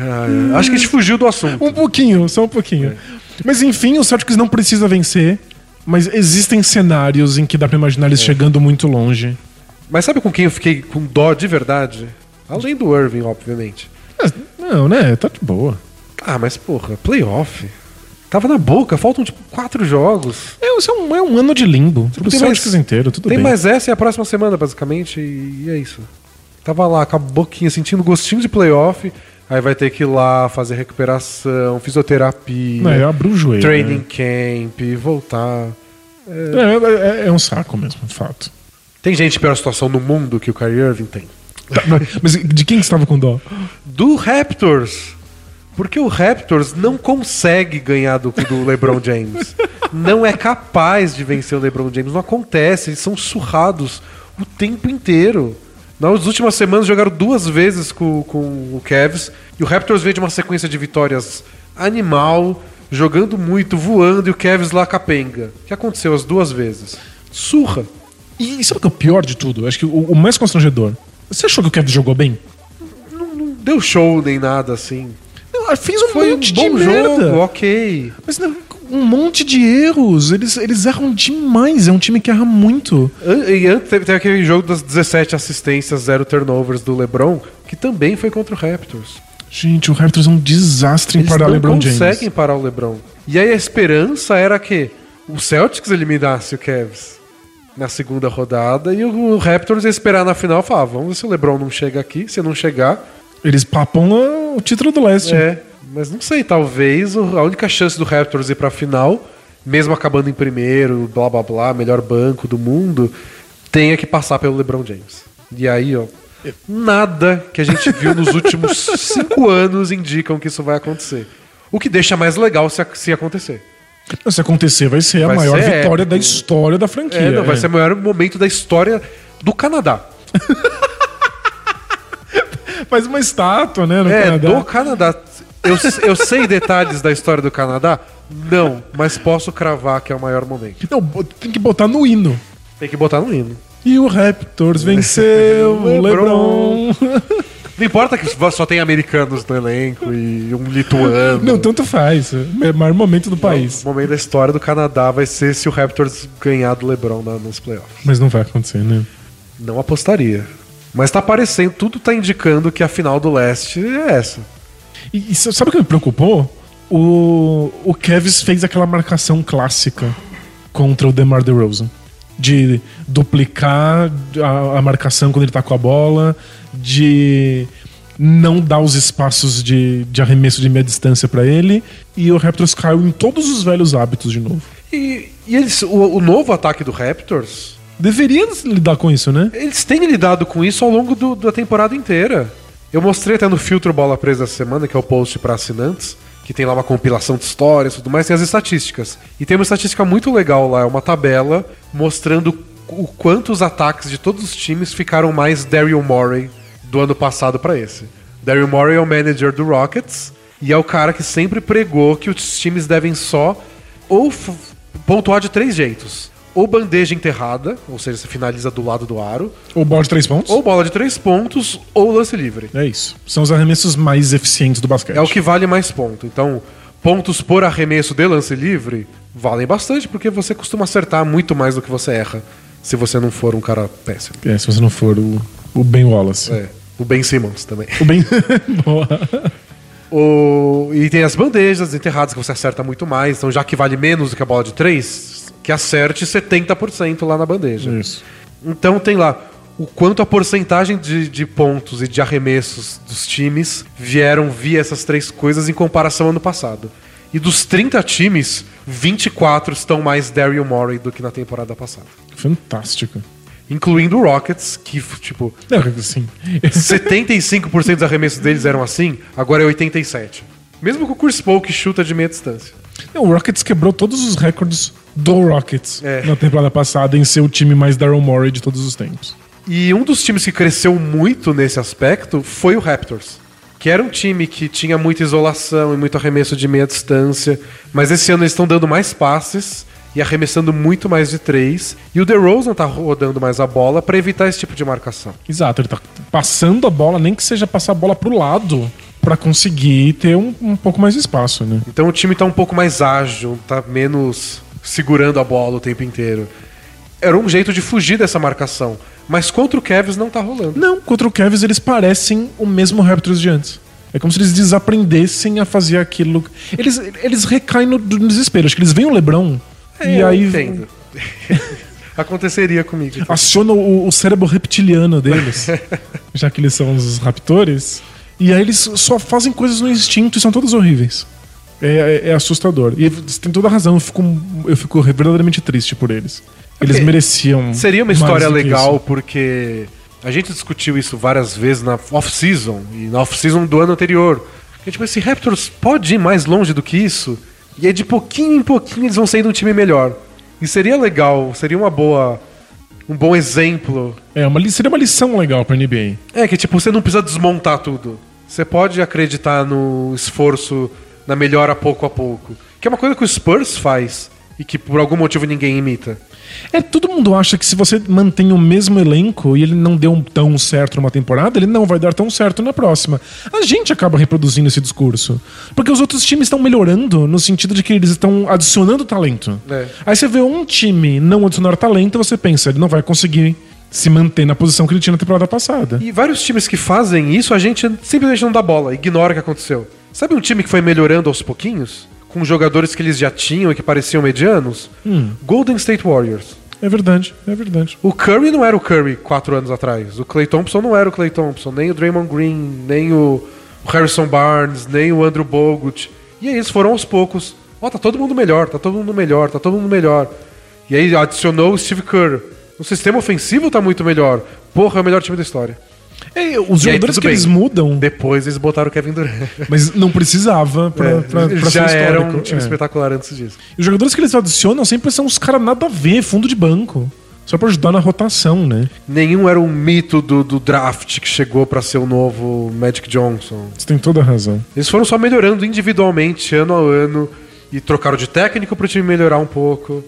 ai. Acho que a gente fugiu do assunto. Um pouquinho, só um pouquinho. É. Mas enfim, o Celtics não precisa vencer, mas existem cenários em que dá pra imaginar É. eles chegando muito longe. Mas sabe com quem eu fiquei com dó de verdade? Além do Irving, obviamente. Mas, não, né? Tá de boa. Ah, mas porra, playoff. Tava na boca, faltam tipo quatro jogos. É, isso é um, é um ano de limbo. Pro Tem Celtics mais- inteiro, tudo Tem bem. mais essa e a próxima semana, basicamente, e, e é isso. Tava lá com a boquinha, sentindo gostinho de playoff. Aí vai ter que ir lá fazer recuperação, fisioterapia, Não, é abrir o joelho. training camp, voltar. né? É, é- é um saco mesmo, de fato. Tem gente pior situação no mundo que o Kyrie Irving tem. Tá, mas- mas de quem que estava com dó? Do Raptors. Porque o Raptors não consegue ganhar do, do <laughs> LeBron James. não é capaz de vencer o LeBron James. Não acontece. Eles são surrados o tempo inteiro. Nas últimas semanas jogaram duas vezes com, com o Cavs. E o Raptors veio de uma sequência de vitórias animal, jogando muito, voando, e o Cavs lá capenga. O que aconteceu as duas vezes? Surra. E sabe o que é o pior de tudo? Acho que o, o mais constrangedor. Você achou que o Kevin jogou bem? Não deu show nem nada assim. Não, fez um Foi um monte de bom merda. jogo, ok. Mas não, um monte de erros. Eles, eles erram demais. É um time que erra muito. An- E antes teve, teve aquele jogo das 17 assistências, zero turnovers do LeBron, que também foi contra o Raptors. Gente, o Raptors é um desastre em Eles parar não LeBron James. conseguem parar o LeBron. E aí a esperança era que o Celtics eliminasse o Cavs na segunda rodada e o o Raptors ia esperar na final e falar, "Ah, vamos ver se o LeBron não chega aqui, se não chegar, Eles papam ah, o título do leste. é, mas não sei, talvez o- a única chance do Raptors ir pra final, mesmo acabando em primeiro, blá blá blá, melhor banco do mundo, tenha que passar pelo LeBron James. E aí, ó, É. nada que a gente viu nos <laughs> últimos cinco anos indicam que isso vai acontecer. O que deixa mais legal se, ac- se acontecer. Se acontecer, vai ser a Vai maior ser vitória épico. da história da franquia. É, não, vai é. ser o maior momento da história do Canadá. Faz uma estátua, né? No é, Canadá. do Canadá. Eu, eu sei detalhes da história do Canadá? Não, mas posso cravar que é o maior momento. Não, bo- tem que botar no hino. Tem que botar no hino. E <laughs> o Raptors venceu o Lebron. LeBron. Não importa que só tem americanos no elenco e um lituano. <laughs> Não, tanto faz. É o maior momento do país. O momento da história do Canadá vai ser se o Raptors ganhar do LeBron na- nos playoffs. Mas não vai acontecer, né? Não apostaria. Mas tá parecendo, tudo tá indicando que a final do leste é essa. E, e sa- sabe o que me preocupou? O, o Kevs fez aquela marcação clássica contra o DeMar DeRozan. De duplicar a, a marcação quando ele tá com a bola, de não dar os espaços de, de arremesso de meia distância pra ele. E o Raptors caiu em todos os velhos hábitos de novo. E, e eles, o, o novo ataque do Raptors, Deveria lidar com isso, né? eles têm lidado com isso ao longo do- da temporada inteira. Eu mostrei até no filtro Bola Presa essa semana, que é o post para assinantes, que tem lá uma compilação de histórias e tudo mais, tem as estatísticas. E tem uma estatística muito legal lá, é uma tabela mostrando o quantos ataques de todos os times ficaram mais Daryl Morey do ano passado para esse. Daryl Morey é o manager do Rockets e é o cara que sempre pregou que os times devem só ou f- pontuar de três jeitos. Ou bandeja enterrada, ou seja, você finaliza do lado do aro, Ou bola de três pontos? ou bola de três pontos, ou lance livre. É isso. São os arremessos mais eficientes do basquete. É o que vale mais ponto. Então, pontos por arremesso de lance livre valem bastante, porque você costuma acertar muito mais do que você erra, se você não for um cara péssimo. É, se você não for o, o Ben Wallace. É, o Ben Simmons também. O Ben. <laughs> Boa. O- E tem as bandejas enterradas que você acerta muito mais. Então, já que vale menos do que a bola de três, que acerte 70% lá na bandeja. Isso. Então tem lá o quanto a porcentagem de, de pontos e de arremessos dos times vieram via essas três coisas em comparação ao ano passado. E dos 30 times, 24 estão mais Daryl Morey do que na temporada passada. Fantástico. Incluindo o Rockets, que, f- tipo, Não, assim. <laughs> 75% dos arremessos deles eram assim, agora é 87%. Mesmo com o Chris Paul que chuta de meia distância. O Rockets quebrou todos os recordes do Rockets É. na temporada passada em ser o time mais Daryl Morey de todos os tempos. E um dos times que cresceu muito nesse aspecto foi o Raptors. Que era um time que tinha muita isolação e muito arremesso de meia distância. Mas esse ano eles estão dando mais passes. E e arremessando muito mais de três. E o DeRozan tá rodando mais a bola para evitar esse tipo de marcação. Exato, ele tá passando a bola, nem que seja passar a bola pro lado, para conseguir ter um, um pouco mais de espaço, né? Então o time tá um pouco mais ágil, tá menos segurando a bola o tempo inteiro. Era um jeito de fugir dessa marcação. Mas contra o Cavs não tá rolando. Não, contra o Cavs eles parecem o mesmo Raptors de antes. É como se eles desaprendessem a fazer aquilo. Eles, eles recaem no, no desespero. Acho que eles veem o Lebron É, e eu aí entendo. <laughs> Aconteceria comigo. então. aciona o, o cérebro reptiliano deles, <laughs> já que eles são os raptores. E aí eles só fazem coisas no instinto e são todas horríveis. É, é- é assustador. E você tem toda a razão, eu fico, eu fico verdadeiramente triste por eles. Eles Ok. mereciam. É Seria uma mais história do que legal, isso. porque a gente discutiu isso várias vezes na off-season e na off-season do ano anterior. Porque, tipo, esse Raptors pode ir mais longe do que isso, e aí de pouquinho em pouquinho eles vão saindo um time melhor. E seria legal, seria uma boa. um bom exemplo. É, uma, li- seria uma lição legal pra NBA. É, que tipo, você não precisa desmontar tudo. Você pode acreditar no esforço, na melhora pouco a pouco. Que é uma coisa que o Spurs faz e que por algum motivo ninguém imita. É, todo mundo acha que se você mantém o mesmo elenco e ele não deu um- tão certo numa temporada, ele não vai dar tão certo na próxima. A gente acaba reproduzindo esse discurso. Porque os outros times estão melhorando no sentido de que eles estão adicionando talento. É. Aí você vê um time não adicionar talento, você pensa, ele não vai conseguir se manter na posição que ele tinha na temporada passada. E vários times que fazem isso, a gente simplesmente não dá bola, ignora o que aconteceu. Sabe um time que foi melhorando aos pouquinhos? Com jogadores que eles já tinham e que pareciam medianos? Golden State Warriors. É verdade, é verdade. O Curry não era o Curry quatro anos atrás. O Clay Thompson não era o Clay Thompson. Nem o Draymond Green, nem o Harrison Barnes, nem o Andrew Bogut. E aí eles foram aos poucos. Ó, tá todo mundo melhor, tá todo mundo melhor, tá todo mundo melhor. E aí adicionou o Steve Kerr. O sistema ofensivo tá muito melhor. Porra, é o melhor time da história. É, os E aí, jogadores tudo que bem. eles mudam, Depois eles botaram o Kevin Durant. mas não precisava <laughs> pra, É, pra- pra já ser era um histórico. time É. espetacular antes disso. E os jogadores que eles adicionam sempre são os caras nada a ver, fundo de banco. Só pra ajudar na rotação, né? Nenhum era um mito do, do draft que chegou pra ser o novo Magic Johnson. Você tem toda a razão. Eles foram só melhorando individualmente, ano a ano, e trocaram de técnico pro time melhorar um pouco.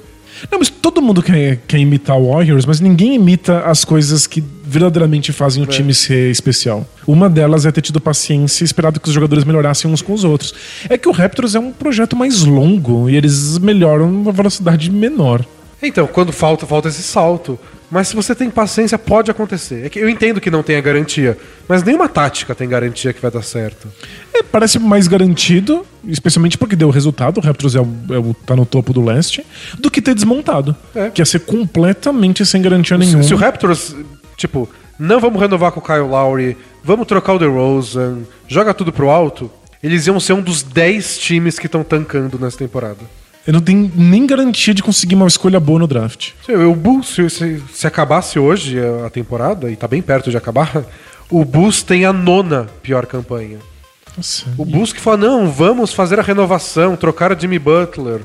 Não, mas todo mundo quer, quer imitar o Warriors, mas ninguém imita as coisas que verdadeiramente fazem o time ser especial. Uma delas é ter tido paciência e esperado que os jogadores melhorassem uns com os outros. É que o Raptors é um projeto mais longo e eles melhoram uma velocidade menor. Então, quando falta, falta esse salto. Mas se você tem paciência, pode acontecer. É que eu entendo que não tem a garantia, mas nenhuma tática tem garantia que vai dar certo. É, parece mais garantido, especialmente porque deu resultado, o Raptors é o, é o- tá no topo do leste, do que ter desmontado. É. Que ia ser completamente sem garantia nenhuma. Se, se o Raptors, tipo, não vamos renovar com o Kyle Lowry, vamos trocar o DeRozan, joga tudo pro alto, eles iam ser um dos 10 times que estão tancando nessa temporada. Eu não tenho nem garantia de conseguir uma escolha boa no draft. Sei, O Bulls, se, se- se acabasse hoje a temporada, e tá bem perto de acabar, <laughs> o Bulls tem a nona pior campanha. Nossa. O Bulls que fala, não, vamos fazer a renovação, trocar a Jimmy Butler.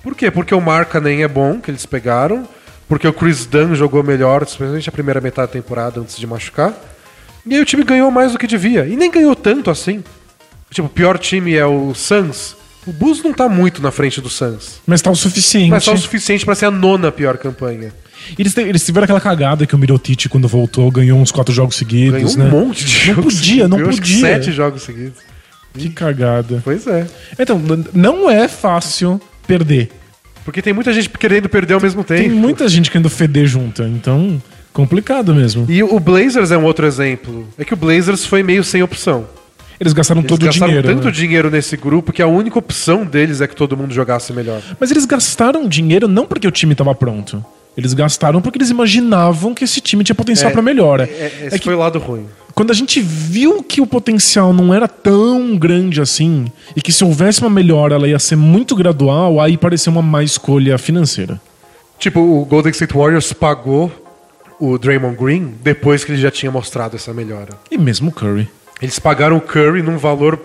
Por quê? Porque o Marca nem é bom, que eles pegaram, porque o Chris Dunn jogou melhor, especialmente a primeira metade da temporada, antes de machucar. E aí o time ganhou mais do que devia. E nem ganhou tanto assim. Tipo, o pior time é o Suns. O Bulls não tá muito na frente do Suns. Mas tá o suficiente. Mas tá o suficiente pra ser a nona pior campanha. Eles, te- eles tiveram aquela cagada que o Mirotic, quando voltou, ganhou uns quatro jogos Ganhou seguidos, um né? monte de Não jogos. podia, não Ganhou acho que podia. Sete jogos seguidos. Que cagada. Pois é. Então, n- não é fácil perder. Porque tem muita gente querendo perder ao mesmo tempo. Tem muita gente querendo feder junta, então complicado mesmo. E o Blazers é um outro exemplo. É que o Blazers foi meio sem opção. Eles gastaram Eles todo o gastaram dinheiro. tanto né? dinheiro nesse grupo que a única opção deles é que todo mundo jogasse melhor. Mas eles gastaram dinheiro não porque o time estava pronto. Eles gastaram porque eles imaginavam que esse time tinha potencial É, pra melhora. É, é- esse É que foi o lado ruim. quando a gente viu que o potencial não era tão grande assim e que se houvesse uma melhora ela ia ser muito gradual, aí pareceu uma má escolha financeira. Tipo, o Golden State Warriors pagou o Draymond Green depois que ele já tinha mostrado essa melhora. E mesmo o Curry. Eles pagaram o Curry num valor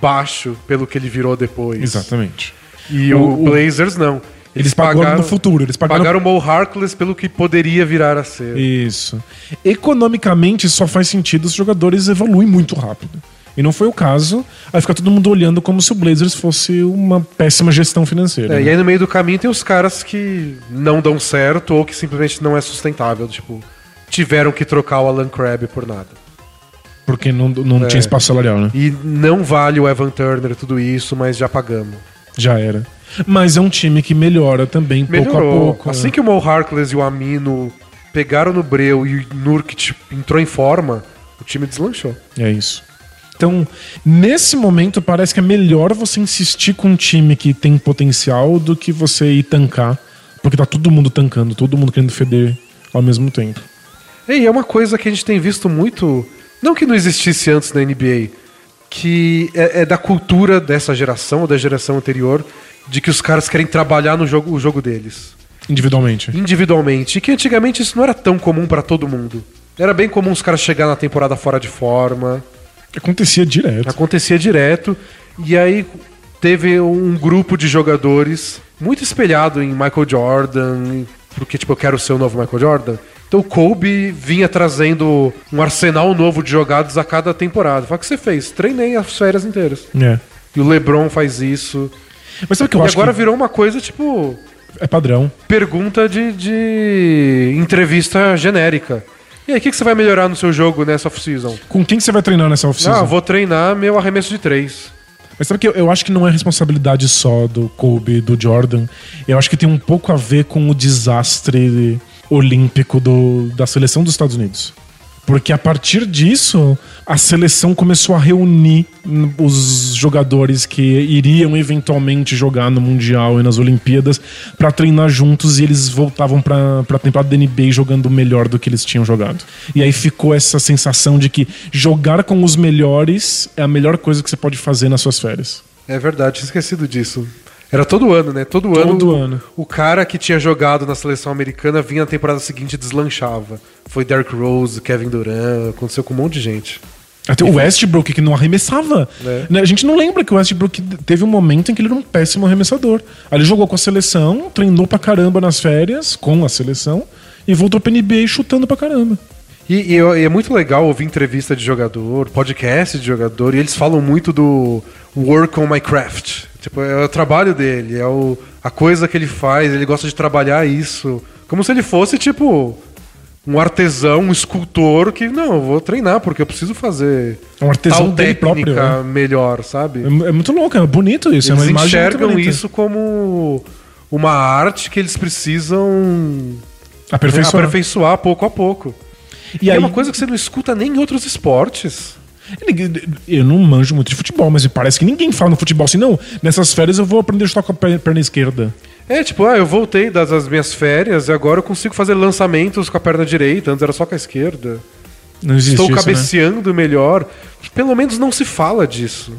baixo pelo que ele virou depois. Exatamente. E O- o, o- Blazers não. Eles pagaram no futuro, eles pagaram- o Mo Harkless pelo que poderia virar a ser. Isso. Economicamente só faz sentido os jogadores evoluem muito rápido. E não foi o caso. Aí fica todo mundo olhando como se o Blazers fosse uma péssima gestão financeira. É, né? e aí no meio do caminho tem os caras que não dão certo ou que simplesmente não é sustentável. Tipo, tiveram que trocar o Alan Crabbe por nada. Porque não, não É. tinha espaço salarial, né? E não vale o Evan Turner tudo isso, mas já pagamos. Já era. Mas é um time que melhora também, pouco a Melhorou. pouco. assim né? que o Mo Harkless e o Amino pegaram no breu e o Nurkic entrou em forma, o time deslanchou. É isso. Então, nesse momento, parece que é melhor você insistir com um time que tem potencial do que você ir tancar. Porque tá todo mundo tancando, todo mundo querendo feder ao mesmo tempo. E é uma coisa que a gente tem visto muito, não que não existisse antes na NBA, que é, é da cultura dessa geração ou da geração anterior, de que os caras querem trabalhar no jogo, o jogo deles, Individualmente. individualmente. E que antigamente isso não era tão comum pra todo mundo. Era bem comum os caras chegar na temporada fora de forma, Acontecia direto. Acontecia direto. E aí teve um grupo de jogadores muito espelhado em Michael Jordan, porque tipo, eu quero ser o novo Michael Jordan. Então o Kobe vinha trazendo um arsenal novo de jogadas a cada temporada. Fala, o que você fez? Treinei as férias inteiras. É. E o LeBron faz isso. Mas sabe o que eu e acho agora que virou uma coisa tipo é padrão? pergunta de, de entrevista genérica. E aí, o que, que você vai melhorar no seu jogo nessa off-season? Com quem que você vai treinar nessa oficina? Ah, vou treinar meu arremesso de três. Mas sabe que eu, eu acho que não é responsabilidade só do Kobe, do Jordan. Eu acho que tem um pouco a ver com o desastre olímpico do- da seleção dos Estados Unidos. Porque a partir disso, a seleção começou a reunir hum, os jogadores que iriam eventualmente jogar no Mundial e nas Olimpíadas para treinar juntos e eles voltavam para a temporada da NBA jogando melhor do que eles tinham jogado. E aí ficou essa sensação de que jogar com os melhores é a melhor coisa que você pode fazer nas suas férias. É verdade, tinha esquecido disso. Era todo ano, né? Todo, ano. Todo ano. O cara que tinha jogado na seleção americana vinha na temporada seguinte e deslanchava. Foi Derrick Rose, Kevin Durant, aconteceu com um monte de gente. Até o Westbrook que não arremessava. É. Né? A gente não lembra que o Westbrook teve um momento em que ele era um péssimo arremessador. Aí ele jogou com a seleção, treinou pra caramba nas férias com a seleção e voltou pra NBA chutando pra caramba. E, e eu- e é muito legal ouvir entrevista de jogador, podcast de jogador, e eles falam muito do work on my craft. Tipo, é o trabalho dele, é o, a coisa que ele faz, ele gosta de trabalhar isso. Como se ele fosse, tipo, um artesão, um escultor que, não, eu vou treinar porque eu preciso fazer É um artesão tal dele técnica próprio. né? melhor, sabe? É mu- É muito louco, é bonito isso. é eles uma imagem muito enxergam bonita. isso como uma arte que eles precisam Aperfeiçoar. aperfeiçoar pouco a pouco. E E aí, é uma coisa que você não escuta nem em outros esportes. ele- eu não manjo muito de futebol, mas me parece que ninguém fala no futebol assim, não, nessas férias eu vou aprender a chutar com a per- perna esquerda. É tipo, ah, eu voltei das, das minhas férias e agora eu consigo fazer lançamentos com a perna direita, antes era só com a esquerda. Não existe Estou isso, né? cabeceando melhor. Pelo menos não se fala disso.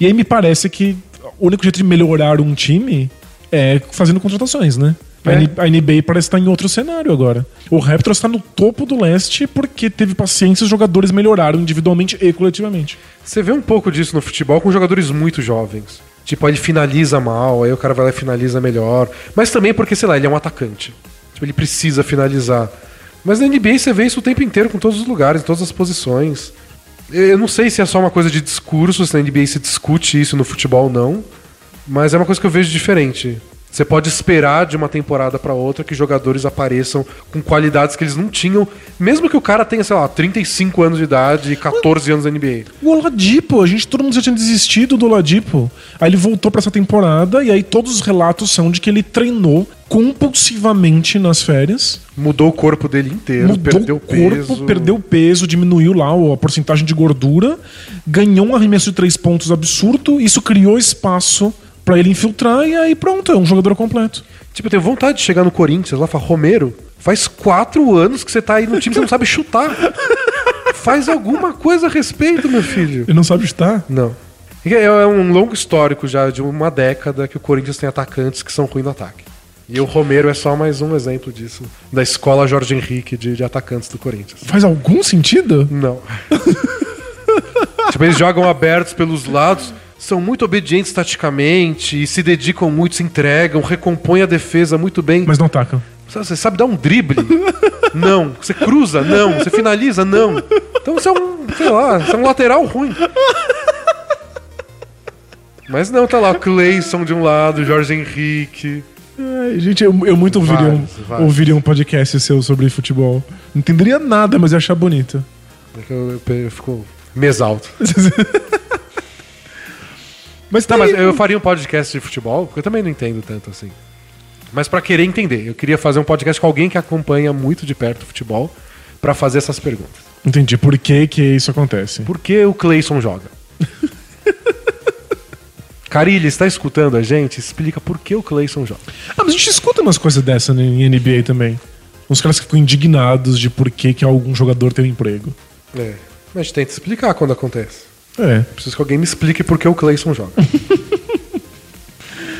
E aí me parece que o único jeito de melhorar um time é fazendo contratações, né? A É. N- A NBA parece estar em outro cenário agora. O Raptors está no topo do leste porque teve paciência e os jogadores melhoraram individualmente e coletivamente. Você vê um pouco disso no futebol com jogadores muito jovens. Tipo, aí ele finaliza mal, aí o cara vai lá e finaliza melhor. Mas também porque, sei lá, ele é um atacante. Tipo, ele precisa finalizar. Mas na NBA você vê isso o tempo inteiro, com todos os lugares, em todas as posições. Eu eu não sei se é só uma coisa de discurso, se na NBA se discute isso no futebol não. Mas é uma coisa que eu vejo diferente. Você pode esperar de uma temporada pra outra que jogadores apareçam com qualidades que eles não tinham, mesmo que o cara tenha, sei lá, 35 anos de idade e 14 anos na NBA. O Oladipo, a gente, todo mundo já tinha desistido do Oladipo. Aí ele voltou pra essa temporada e aí todos os relatos são de que ele treinou compulsivamente nas férias. Mudou o corpo dele inteiro, mudou perdeu o corpo, peso. perdeu peso, diminuiu lá a porcentagem de gordura, ganhou um arremesso de três pontos absurdo, isso criou espaço pra ele infiltrar e aí pronto, é um jogador completo. Tipo, eu tenho vontade de chegar no Corinthians lá e falar, Romero, faz quatro anos que você tá aí no time, você não sabe chutar. faz alguma coisa a respeito, meu filho. Ele não sabe chutar? Não. E É é um longo histórico já, de uma década, que o Corinthians tem atacantes que são ruins no ataque. E o Romero é só mais um exemplo disso. Da escola Jorge Henrique de, de atacantes do Corinthians. Faz algum sentido? Não. tipo, eles jogam abertos pelos lados, são muito obedientes taticamente e se dedicam muito, se entregam, recompõem a defesa muito bem. Mas não ataca. Sabe, Você sabe dar um drible? Não. Você cruza? Não. Você finaliza? Não. Então você é um, sei lá, você é um lateral ruim. Mas não, tá lá o Clayson de um lado, o Jorge Henrique. Ai, gente, eu, eu muito ouviria, Vários, um, vários. ouviria um podcast seu sobre futebol. Não entenderia nada, mas ia achar <laughs> bonito. É que Eu, eu, eu fico me exalto. mas Tá, tem- mas eu faria um podcast de futebol, porque eu também não entendo tanto assim. Mas pra querer entender, eu queria fazer um podcast com alguém que acompanha muito de perto o futebol pra fazer essas perguntas. Entendi por que que isso acontece. Por que o Clayson <laughs> joga? Carilli, está escutando a gente? Explica por que o Clayson joga. Ah, mas a gente escuta umas coisas dessa em NBA também. Uns caras que ficam indignados de por que que algum jogador tem um emprego. É. A gente tenta explicar quando acontece. É. Preciso que alguém me explique por que o Clayson joga.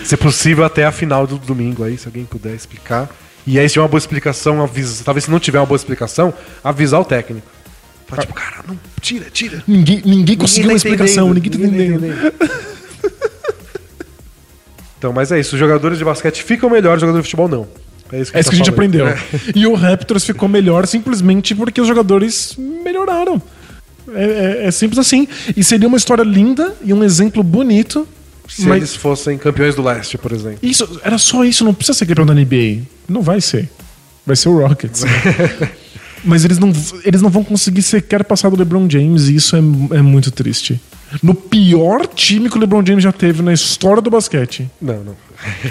se possível, até a final do domingo aí, se alguém puder explicar. E aí, se tiver uma boa explicação, avisa. Talvez se não tiver uma boa explicação, avisar o técnico. Fala, tipo, cara, não, tira, tira. Ninguém, ninguém conseguiu tá uma explicação, entendendo, ninguém tá ninguém tá entendendo. <laughs> então, mas é isso. Os jogadores de basquete ficam melhores, os jogadores de futebol não. É isso que, É isso que a gente tá falando. aprendeu. É. E o Raptors ficou melhor simplesmente porque os jogadores melhoraram. É, é- é simples assim. E seria uma história linda e um exemplo bonito. Se mas eles fossem campeões do leste, por exemplo. isso, era só isso, não precisa ser campeão da NBA. Não vai ser. Vai ser o <laughs> Rockets. mas eles não, eles não vão conseguir sequer passar do LeBron James e isso é, é muito triste. No pior time que o LeBron James já teve na história <laughs> do basquete. Não, não.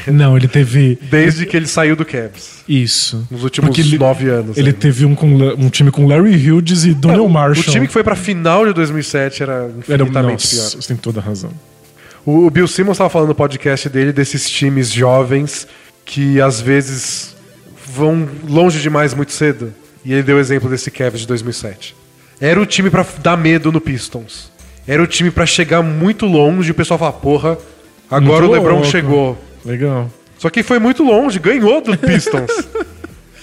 Não, ele teve. Desde que ele saiu do Cavs. Isso. Nos últimos Porque ele- nove anos. Ele aí, né? teve um, com, La- um time com Larry Hughes e Daniel É, o- Marshall. O time que foi pra final de 2007 era era um infinitamente nossa, pior. Você tem toda a razão. O, o Bill Simmons tava falando no podcast dele desses times jovens que às vezes vão longe demais muito cedo. E ele deu o exemplo desse Cavs de 2007. Era o time pra dar medo no Pistons. Era o time pra chegar muito longe e o pessoal fala, porra, agora Muito o LeBron louco. chegou. Legal. Só que foi muito longe, ganhou <laughs> do Pistons.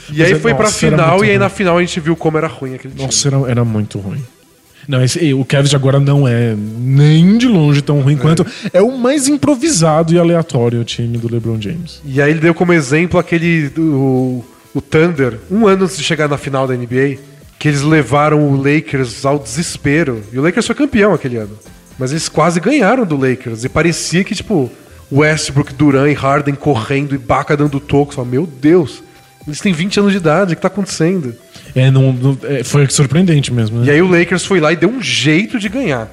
e Mas aí é- foi pra nossa, era final muito e aí ruim. na final a gente viu como era ruim aquele time. Nossa, era, era muito ruim. Não, esse- e o Cavs de agora não é nem de longe tão ruim quanto. É o mais improvisado e aleatório o time do LeBron James. E aí ele deu como exemplo aquele o, o Thunder, um ano antes de chegar na final da NBA, que eles levaram o Lakers ao desespero. E o Lakers foi campeão aquele ano. Mas eles quase ganharam do Lakers. E parecia que, tipo, Westbrook, Duran e Harden correndo e Baca dando toco. Você Fala, meu Deus, eles têm 20 anos de idade, o que tá acontecendo? É, não, não- é, foi surpreendente mesmo, né? E aí o Lakers foi lá e deu um jeito de ganhar.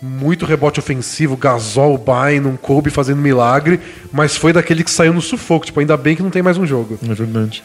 Muito rebote ofensivo, Gasol, Bynum, Kobe fazendo milagre, mas foi daquele que saiu no sufoco. Tipo, ainda bem que não tem mais um jogo. É verdade.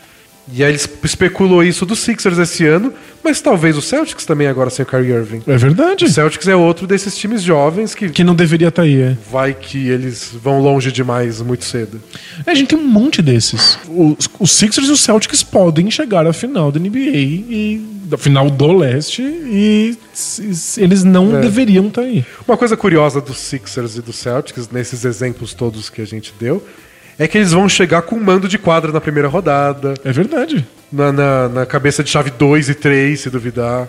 E aí ele espe- especulou isso do Sixers esse ano, mas talvez o Celtics também agora sem o Kyrie Irving. É verdade. O Celtics é outro desses times jovens que Que não deveria estar aí, é. vai que eles vão longe demais muito cedo. É, A gente tem um monte desses. Os, os Sixers e os Celtics podem chegar à final da NBA e da final do leste e s- s- eles não É. deveriam estar aí. Uma coisa curiosa dos Sixers e dos Celtics, nesses exemplos todos que a gente deu, é que eles vão chegar com mando de quadra na primeira rodada, É verdade. na, na- na cabeça de chave 2 e 3, se duvidar.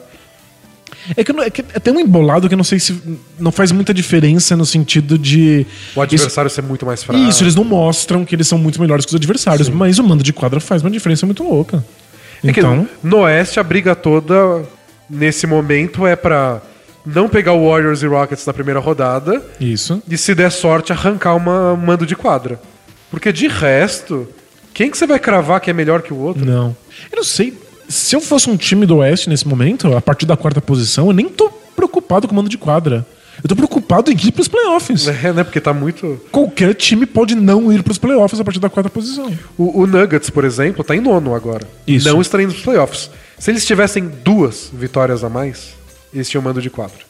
É que, eu não- é que é tão embolado que eu não sei se não faz muita diferença no sentido de O adversário ser muito mais fraco. Isso, eles não mostram que eles são muito melhores que os adversários, mas o mando de quadra faz uma diferença muito louca. É que Então, no Oeste a briga toda nesse momento é pra não pegar o Warriors e Rockets na primeira rodada isso. e se der sorte arrancar uma um mando de quadra. Porque de resto, quem que você vai cravar que é melhor que o outro? Não. Eu não sei. Se eu fosse um time do Oeste nesse momento, a partir da quarta posição, eu nem tô preocupado com o mando de quadra. Eu tô preocupado em ir pros playoffs. <laughs> É, né? Porque tá muito. Qualquer time pode não ir pros playoffs a partir da quarta posição. O, o Nuggets, por exemplo, tá em nono agora. Isso. Não está indo pros playoffs. Se eles tivessem duas vitórias a mais, eles tinham mando de quadra.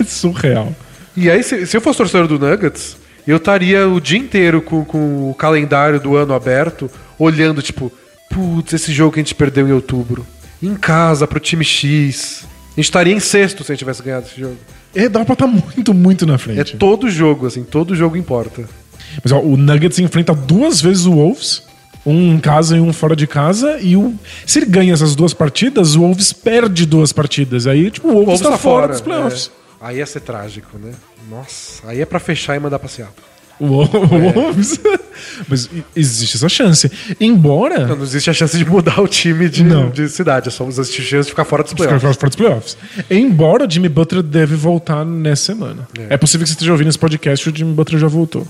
É surreal. E aí, se, se eu fosse torcedor do Nuggets, eu estaria o dia inteiro com, com o calendário do ano aberto, olhando, tipo, putz, esse jogo que a gente perdeu em outubro. Em casa, pro time X. A gente estaria em sexto se a gente tivesse ganhado esse jogo. É, dá pra estar muito, muito na É frente. todo jogo, assim, todo jogo importa. Mas ó, o Nuggets enfrenta duas vezes o Wolves. Um em casa e um fora de casa. E o... se ele ganha essas duas partidas, o Wolves perde duas partidas. Aí, tipo, o Wolves, Wolves tá, tá fora, dos playoffs. né? é. Aí ia ser trágico, né? Nossa, aí é pra fechar e mandar passear. O Wolves. <laughs> Mas e- existe essa chance. Embora. Não existe a chance de mudar o time de, Não. de cidade, é só existe a chance de ficar fora dos Ficar playoffs. fora dos Tá playoffs. Embora o Jimmy Butler deve voltar nessa semana. É. possível que você esteja ouvindo esse podcast e o Jimmy Butler já voltou.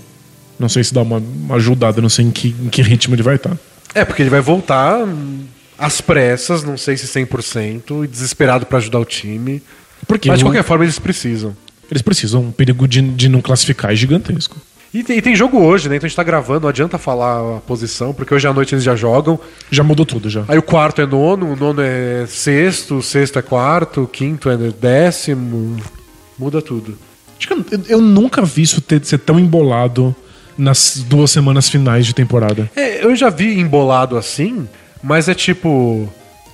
Não sei se dá uma, uma ajudada, não sei em que, em que ritmo ele vai estar. É, porque ele vai voltar hum, às pressas, não sei se 100%, e desesperado pra ajudar o time. Porque Mas de o- qualquer forma eles precisam. eles precisam, um perigo de, de não classificar é gigantesco. E tem, e tem jogo hoje, né? Então a gente tá gravando, não adianta falar a posição, porque hoje à noite eles já jogam. Já mudou tudo já. Aí o quarto é nono, o nono é sexto, o sexto é quarto, o quinto é décimo. Muda tudo. Acho que eu, eu- eu nunca vi isso ter, ser tão embolado nas duas semanas finais de <laughs> temporada. É, eu já vi embolado assim, mas é tipo.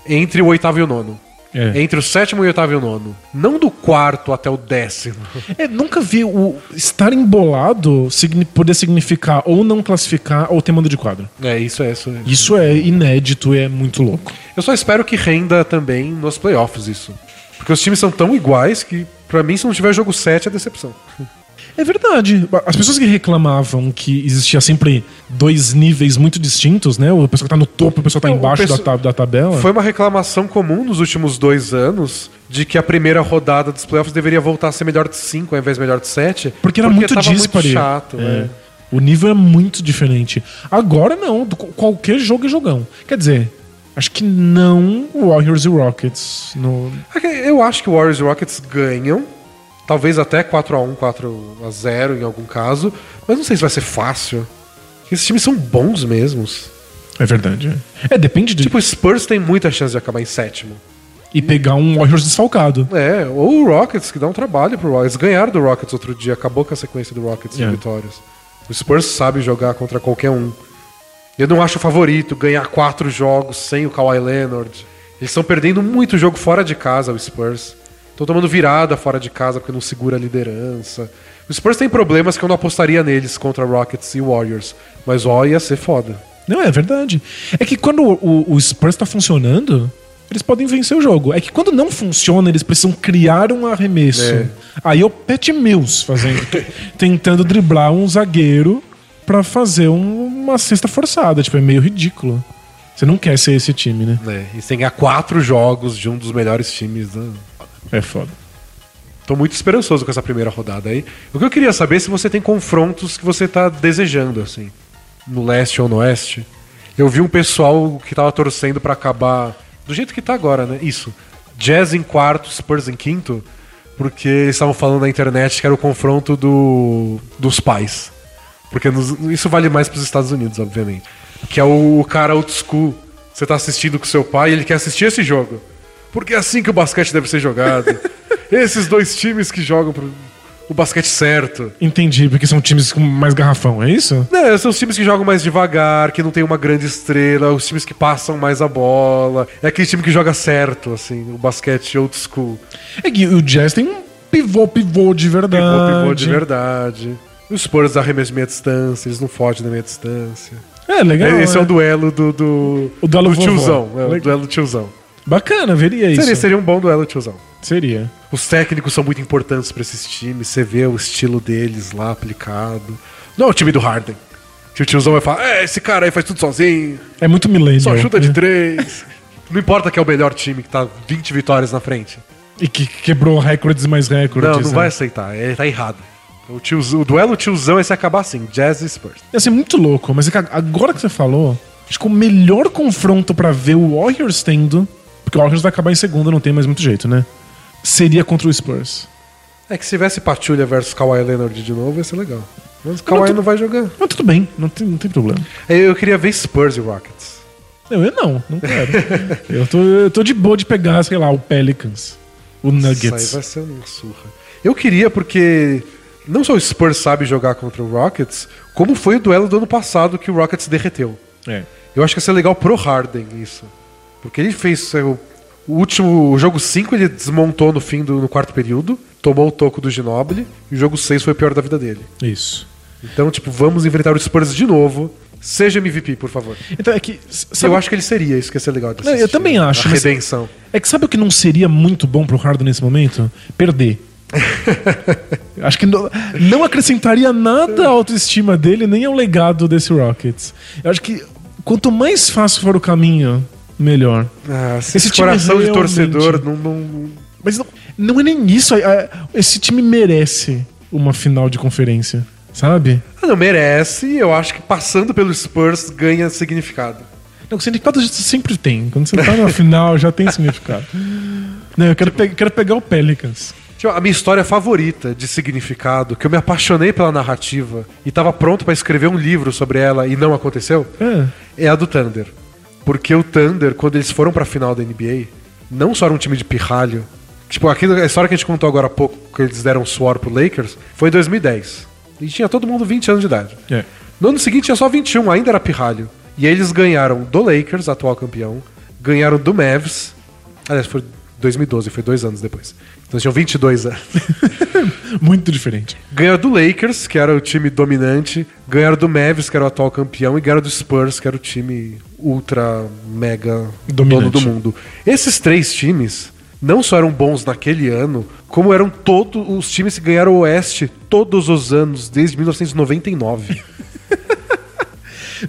Entre o oitavo e o nono. É. Entre o sétimo e o oitavo e o nono. Não do quarto até o décimo. <laughs> É, nunca vi o estar embolado signi- poder significar ou não classificar ou ter mando de quadro. É, isso é isso. é. Isso é inédito e é muito louco. Eu só espero que renda também nos playoffs isso. Porque os times são tão iguais que, pra mim, se não tiver jogo 7, é decepção. É verdade. As pessoas que reclamavam que existia sempre dois níveis muito distintos, né? O pessoal que tá no topo e o pessoal que tá Não, o embaixo pessoa- da, tab- da tabela. Foi uma reclamação comum nos últimos dois anos de que a primeira rodada dos playoffs deveria voltar a ser melhor de 5 ao invés de melhor de 7. Porque era muito tava dispare. muito chato. É. né? O nível é muito diferente. Agora não, do- qualquer jogo é jogão. Quer dizer, acho que não o Warriors e Rockets. No... É que Eu acho que o Warriors e Rockets ganham. Talvez até 4x1, 4x0 em algum caso. Mas não sei se vai ser fácil. Esses times são bons mesmos. É verdade. É, É, depende de. Tipo, o Spurs tem muita chance de acabar em sétimo. E pegar um Warriors desfalcado. É, ou o Rockets, que dá um trabalho pro Rockets. Ganharam do Rockets outro dia, acabou com a sequência do Rockets É. de vitórias. O Spurs sabe jogar contra qualquer um. Eu não acho favorito ganhar quatro jogos sem o Kawhi Leonard. Eles estão perdendo muito jogo fora de casa, o Spurs. Estão tomando virada fora de casa porque não segura a liderança. O Spurs tem problemas que eu não apostaria neles contra Rockets e Warriors. Mas ó, ia ser foda. Não, é verdade. É que quando o- o, o Spurs tá funcionando, eles podem vencer o jogo. É que quando não funciona, eles precisam criar um arremesso. É. Aí é o Pat Mills fazendo, <laughs> tentando driblar um zagueiro pra fazer um- uma cesta forçada. Tipo, é meio ridículo. Você não quer ser esse time, né? Né? E sem ganhar quatro jogos de um dos melhores times né? da, É foda. Tô muito esperançoso com essa primeira rodada aí. O que eu queria saber é se você tem confrontos que você tá desejando, assim, no leste ou no oeste. Eu vi um pessoal que tava torcendo pra acabar do jeito que tá agora, né? Isso. Jazz em quarto, Spurs em quinto, porque eles estavam falando na internet que era o confronto do, dos pais. Porque nos- isso vale mais pros Estados Unidos, obviamente. Que é o cara old school. Você tá assistindo com seu pai e ele quer assistir esse jogo. Porque é assim que o basquete deve ser jogado. Esses dois times que jogam pro, o basquete certo. Entendi, porque são times com mais garrafão, é isso? Né, são os times que jogam mais devagar, que não tem uma grande estrela, os times que passam mais a bola. É aquele time que joga certo, assim, o basquete old school. É que o Jazz tem um pivô, pivô de verdade. Pivô, pivô de verdade. Os Spurs arremessam meia distância, eles não fogem da meia distância. É, legal. Esse é, né? o duelo do, do, O duelo do vovó. tiozão. É, o Legal. duelo do tiozão. Bacana, veria isso. Seria, seria um bom duelo tiozão. Seria. Os técnicos são muito importantes pra esses times. Você vê o estilo deles lá aplicado. Não é o time do Harden. Que o tiozão vai falar: é, esse cara aí faz tudo sozinho, É muito milênio. só chuta de <laughs> três. Não importa que é o melhor time que tá 20 vitórias na frente. E que quebrou recordes e mais recordes. Não, não né? vai aceitar. Ele tá errado. O, tiozão, o duelo tiozão é se acabar assim: Jazz e Spurs. Ia ser muito louco, mas é que agora que você falou, acho que o melhor confronto pra ver o Warriors tendo, porque o Warriors vai acabar em segundo, não tem mais muito jeito, né? Seria contra o Spurs. É que se tivesse Patulha versus Kawhi Leonard de novo, ia ser legal. Mas o Não, Kawhi tu- não vai jogar. Mas tudo bem, não tem, não tem problema. Eu queria ver Spurs e Rockets. Eu, eu não, <laughs> não quero. eu, tô, eu tô de boa de pegar, sei lá, o Pelicans, o Isso aí Nuggets. vai ser uma surra. Eu queria, porque não só o Spurs sabe jogar contra o Rockets, como foi o duelo do ano passado que o Rockets derreteu. É. Eu acho que ia ser legal pro Harden isso. Porque ele fez seu- o último o jogo 5 ele desmontou no fim do no quarto período, tomou o toco do Ginobili, e o jogo 6 foi o pior da vida dele. Isso. Então, tipo, vamos enfrentar o Spurs de novo. Seja MVP, por favor. Então é que. s- Eu sabe- acho que ele seria, isso que ia ser legal. de Não, eu assistir. também acho, A mas- redenção. É que sabe o que não seria muito bom pro Harden nesse momento? Perder. Acho que não, não acrescentaria nada à autoestima dele, nem ao legado desse Rockets. Eu acho que quanto mais fácil for o caminho, melhor. Ah, esse, Esse time é coração de realmente- torcedor não, não- Mas não, não é nem isso. a- a- Esse time merece uma final de conferência, sabe? Ah, não merece. Eu acho que passando pelo Spurs ganha significado. Não, o significado já sempre tem. Quando você tá na final, já tem significado. Não, eu quero, pe- quero pegar o Pelicans. Tipo, a minha história favorita de significado, que eu me apaixonei pela narrativa e tava pronto pra escrever um livro sobre ela e não aconteceu, É. é a do Thunder. Porque o Thunder, quando eles foram pra final da NBA, não só era um time de pirralho. Tipo, aquilo, a história que a gente contou agora há pouco, que eles deram um suor pro Lakers, foi em 2010. E tinha todo mundo 20 anos de idade. É. No ano seguinte tinha só 21, ainda era pirralho. E aí eles ganharam do Lakers, atual campeão, ganharam do Mavs. Aliás, foi 2012, foi dois anos depois. Então eles tinham 22 anos. <laughs> <laughs> Muito diferente. Ganharam do Lakers, que era o time dominante, ganharam do Mavs, que era o atual campeão, e ganharam do Spurs, que era o time ultra, mega dono Dominante. do mundo. Esses três times não só eram bons naquele ano, como eram todos os times que ganharam o Oeste todos os anos, desde 1999.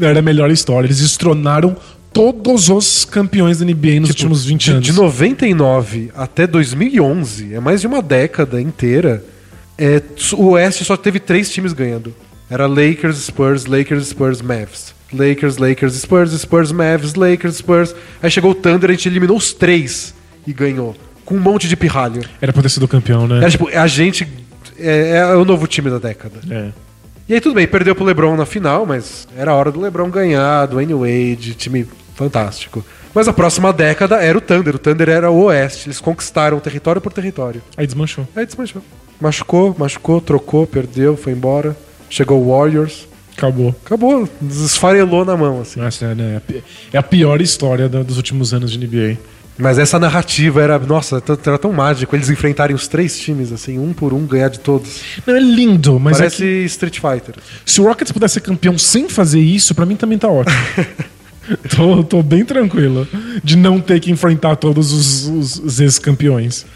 Não, era a melhor história. Eles estronaram todos os campeões da NBA Tipo, nos últimos 20 de, anos. De 99 até 2011, é mais de uma década inteira, é, s- o Oeste só teve três times ganhando. Era Lakers, Spurs, Lakers, Spurs, Mavs. Lakers, Lakers, Spurs, Spurs, Mavs, Lakers, Spurs. Aí chegou o Thunder, a gente eliminou os três e ganhou. Com um monte de pirralho. Era pra ter sido campeão, né? Era tipo, a gente... É, é o novo time da década. É. E aí tudo bem, perdeu pro LeBron na final, mas era a hora do LeBron ganhar, do Wayne Wade, time fantástico. Mas a próxima década era o Thunder, o Thunder era o Oeste, eles conquistaram território por território. Aí desmanchou. Aí desmanchou. Machucou, machucou, trocou, perdeu, foi embora. Chegou o Warriors, Acabou. acabou, esfarelou na mão, assim. Nossa, é, né? É a pi- é a pior história da- dos últimos anos de NBA. Mas essa narrativa era, nossa, t- era tão mágico, eles enfrentarem os três times, assim, um por um, ganhar de todos. Não, é lindo, mas é Parece Street Fighter. que se o Rockets pudesse ser campeão sem fazer isso, pra mim também <laughs> tá ótimo. tô, tô bem tranquilo de não ter que enfrentar todos os, os- os ex-campeões.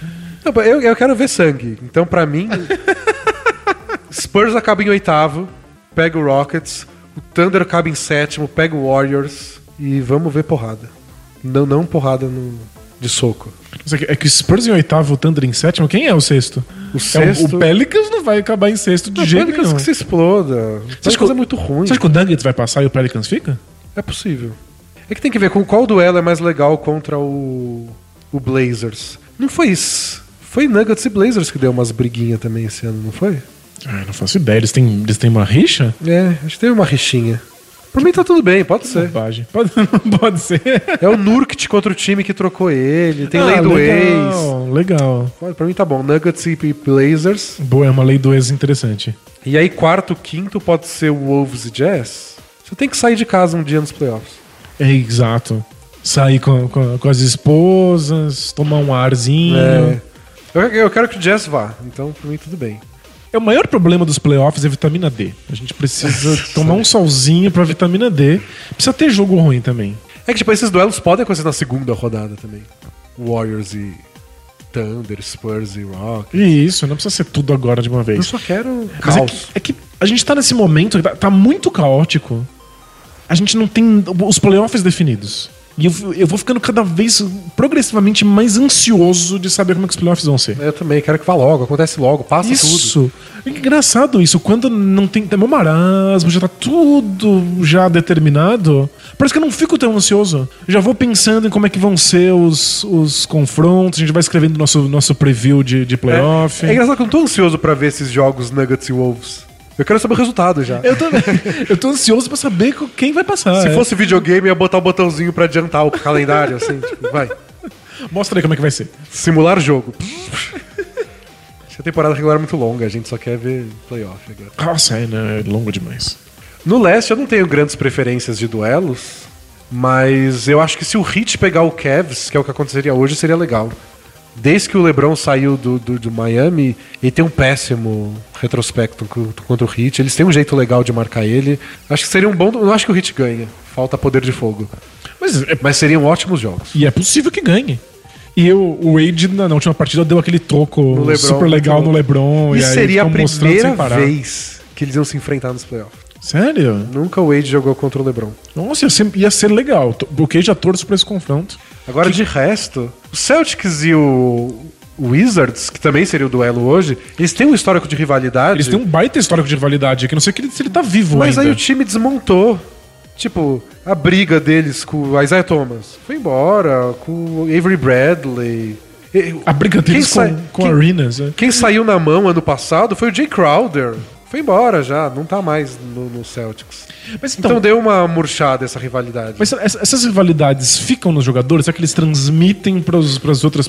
Não, pô, eu, eu quero ver sangue. Então, pra <laughs> mim, Spurs acaba em oitavo, pega o Rockets, o Thunder acaba em sétimo, pega o Warriors e vamos ver porrada. Não, não porrada no- de soco. Só que- É que o Spurs em oitavo, o Thunder em sétimo. Quem é o sexto? O É, o- sexto. o Pelicans não vai acabar em sexto de Não, jeito Pelicans nenhum. que se exploda. né? Você acha Pelicans que o- é muito ruim. Você acha que o Nuggets vai passar e o Pelicans fica? É possível. É que tem que ver com qual duelo é mais legal contra o, o Blazers. Não foi isso. Foi Nuggets e Blazers que deu umas briguinhas também esse ano, não foi? Ah, não faço ideia. Eles têm, eles têm uma rixa? É, acho que teve uma rixinha. Pra mim tá tudo bem, pode ser. Bobagem. <laughs> Pode, pode ser. É o Nurkic contra o time que trocou ele. Tem lei Ah, do ex. legal, Legal. Olha, Pra mim tá bom. Nuggets e Blazers. Boa, é uma lei do ex interessante. E aí, quarto, quinto pode ser o Wolves e Jazz. Você tem que sair de casa um dia nos playoffs. É, exato. Sair com, com, com as esposas, tomar um arzinho. É. É. Eu, eu quero que o Jazz vá, então pra mim tudo bem. É o maior problema dos playoffs é a vitamina D. A <laughs> gente precisa tomar um solzinho pra vitamina D. Precisa ter jogo ruim também. É que, tipo, esses duelos podem acontecer na segunda rodada também. Warriors e Thunder, Spurs e Rock. E isso, não precisa ser tudo agora de uma Eu vez. só quero Mas é caos. que, é que a gente tá nesse momento, que tá, tá muito caótico. A gente não tem os playoffs definidos. E eu, eu vou ficando cada vez progressivamente mais ansioso de saber como é que os playoffs vão ser. Eu também quero que vá logo, acontece logo, passa tudo. Isso. É engraçado isso. Quando não tem. Tem um marasmo, já tá tudo já determinado. Parece que eu não fico tão ansioso. Já vou pensando em como é que vão ser os, os confrontos. A gente vai escrevendo nosso, nosso preview de, de playoff. É engraçado que eu não tô ansioso pra ver esses jogos Nuggets e Wolves. Eu quero saber o resultado já. Eu também. <laughs> eu tô ansioso pra saber co- quem vai passar. Se É. fosse videogame, eu ia botar o botãozinho pra adiantar o calendário, assim, <laughs> tipo, vai. Mostra aí como é que vai ser. Simular jogo. Essa temporada regular é muito longa, a gente só quer ver playoff agora. Nossa, é, né? é longo demais. No leste eu não tenho grandes preferências de duelos, mas eu acho que se o Heat pegar o Cavs, que é o que aconteceria hoje, seria legal. Desde que o LeBron saiu do, do, do Miami, ele tem um péssimo retrospecto co- contra o Heat. Eles têm um jeito legal de marcar ele. Acho que seria um bom. Não acho que o Heat ganha. Falta poder de fogo. Mas é- Mas seriam ótimos jogos. e é possível que ganhe. E o o Wade, na na última partida, deu aquele toco LeBron, super legal muito no bom. LeBron. E aí seria a ficam mostrando sem primeira parar. vez que eles iam se enfrentar nos playoffs. Sério? Nunca o Wade jogou contra o LeBron. Nossa, ia ser, ia ser legal. Tô- O Cage já torço pra esse confronto. Agora, de resto, o Celtics e o Wizards, que também seria o duelo hoje, eles têm um histórico de rivalidade. Eles têm um baita histórico de rivalidade aqui. Não sei que ele- se ele tá vivo Mas ainda. aí o time desmontou. Tipo, a briga deles com o Isaiah Thomas foi embora, com o Avery Bradley. E- A briga deles quem com, sai- com quem- Arenas. né? Quem saiu na mão ano passado foi o Jay Crowder. Foi embora já, não tá mais no, no Celtics. Mas então, Então, deu uma murchada essa rivalidade. mas essa- essas rivalidades ficam nos jogadores? Será que eles transmitem pros, pras outras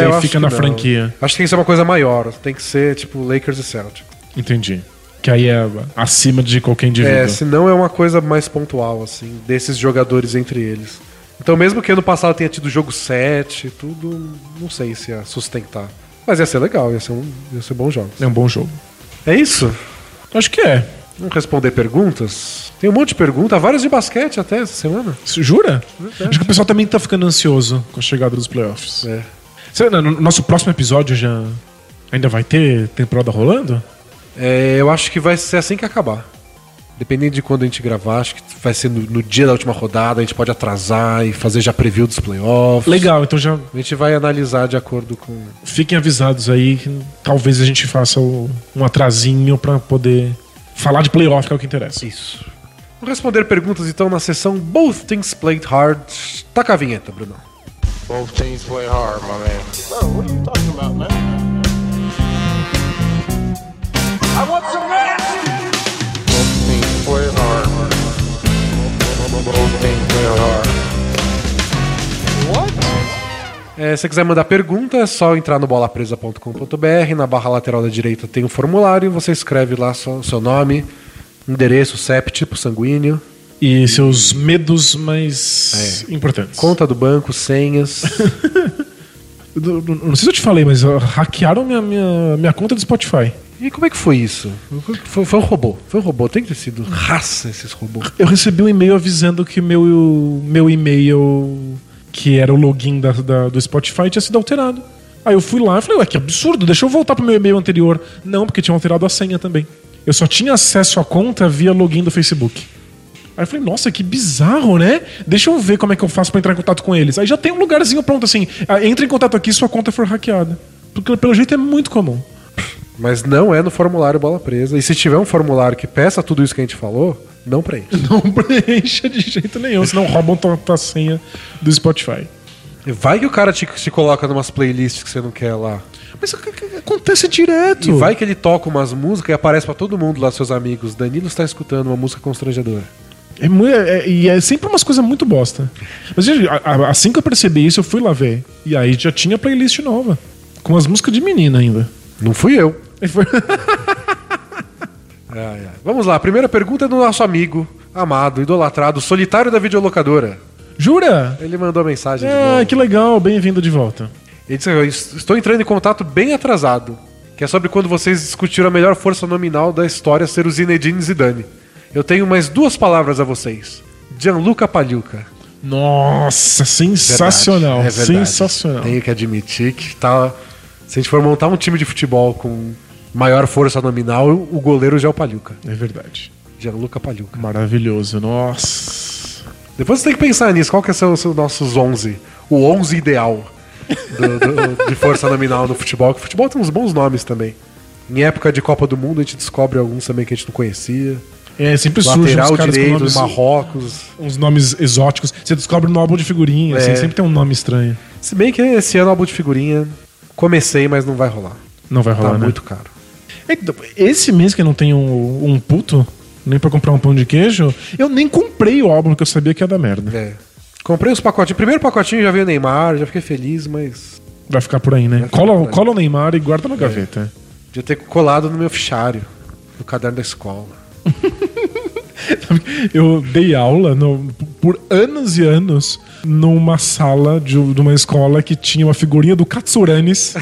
É, e eu aí acho fica que na não. franquia? Acho que tem que ser uma coisa maior. Tem que ser, tipo, Lakers e Celtics. Entendi. Que aí é acima de qualquer indivíduo. É, senão é uma coisa mais pontual, assim, desses jogadores entre eles. Então, mesmo que ano passado tenha tido jogo 7 e tudo, não sei se ia sustentar. Mas ia ser legal, ia ser um, ia ser bom jogo. É um bom jogo. É isso? Acho que é. Vamos responder perguntas? Tem um monte de pergunta, várias de basquete até essa semana. Você Jura? Acho que o pessoal também tá ficando ansioso com a chegada dos playoffs. É. Será que no nosso próximo episódio já ainda vai ter temporada rolando? É, eu acho que vai ser assim que acabar. Dependendo de quando a gente gravar, acho que vai ser no, no dia da última rodada, a gente pode atrasar e fazer já preview dos playoffs. Legal, então já A gente vai analisar de acordo com fiquem avisados aí que talvez a gente faça o- um atrasinho pra poder falar de playoff, que é o que interessa. Isso. Vou responder perguntas então na sessão Both Things Played Hard. Taca a vinheta, Bruno. Both teams play hard, my man. Both teams play hard. Both teams play hard. É, se você quiser mandar pergunta, é só entrar no bolapresa.com.br. Na barra lateral da direita tem um formulário. Você escreve lá só- seu nome, endereço, CEP, tipo sanguíneo, E seus medos mais importantes. É. conta do banco, senhas. Eu Não não- não sei se eu te falei, mas ó, hackearam minha, minha, minha conta do Spotify. e como é que foi isso? Foi, foi um robô. Foi um robô. Tem que ter sido raça esses robôs. Eu recebi um e-mail avisando que meu, meu e-mail, que era o login da, da- do Spotify, tinha sido alterado. Aí eu fui lá e falei, ué, que absurdo, deixa eu voltar pro meu e-mail anterior. Não, porque tinham alterado a senha também. Eu só tinha acesso à conta via login do Facebook. Aí eu falei, nossa, que bizarro, né? Deixa eu ver como é que eu faço pra entrar em contato com eles. Aí já tem um lugarzinho pronto assim, ah, entra em contato aqui se sua conta for hackeada. Porque pelo jeito é muito comum. <laughs> Mas não é no formulário Bola Presa. E se tiver um formulário que peça tudo isso que a gente falou, não preenche. Não preencha de jeito nenhum, senão roubam tua, tua senha do Spotify. Vai que o cara te, te coloca numas playlists que você não quer lá. Mas ac- ac- acontece E direto. vai que ele toca umas músicas e aparece pra todo mundo lá, seus amigos. Danilo está escutando uma música constrangedora. É mu- é- é- E é, sempre umas coisas muito bosta. Mas gente, a- a- assim que eu percebi isso, eu fui lá ver. E aí já tinha playlist nova. Com as músicas de menina ainda. <laughs> Não fui eu. E foi- <laughs> Ai, ai. Vamos lá, a primeira pergunta é do nosso amigo, amado, idolatrado, solitário da videolocadora. Jura? Ele mandou a mensagem de Ah, novo. que legal, bem-vindo de volta. Ele disse: "Eu est- Estou entrando em contato bem atrasado, que é sobre quando vocês discutiram a melhor força nominal da história ser o Zinedine Zidane. Eu tenho mais duas palavras a vocês. Gianluca Pagliuca. Nossa, sensacional. Verdade, é verdade. sensacional. Tenho que admitir que tá. Se a gente for montar um time de futebol com maior força nominal, o goleiro já é o Paluca. É verdade. Gianluca Paluca. Maravilhoso, nossa. Depois você tem que pensar nisso. Qual que são os nossos 11? O 11 ideal do- do- de força nominal no futebol. Que o futebol tem uns bons nomes também. Em época de Copa do Mundo, a gente descobre alguns também que a gente não conhecia. É, sempre surge uns Lateral caras com direito, nomes, Marrocos. uns nomes exóticos. Você descobre no álbum de figurinha, assim, É. sempre tem um nome estranho. Se bem que esse ano é álbum de figurinha comecei, mas não vai rolar. Não vai rolar, tá né? muito caro. Então, Esse mês que eu não tenho um, um puto, nem pra comprar um pão de queijo, eu nem comprei o álbum que eu sabia que ia dar merda. É. Comprei os pacotinhos. Primeiro pacotinho já veio Neymar, já fiquei feliz, mas Vai ficar por aí, né? ficar por Cola, aí. cola o Neymar e guarda na gaveta. podia ter colado no meu fichário, no caderno da escola. Eu dei aula no por anos e anos numa sala de, um- de uma escola que tinha uma figurinha do Katsuranis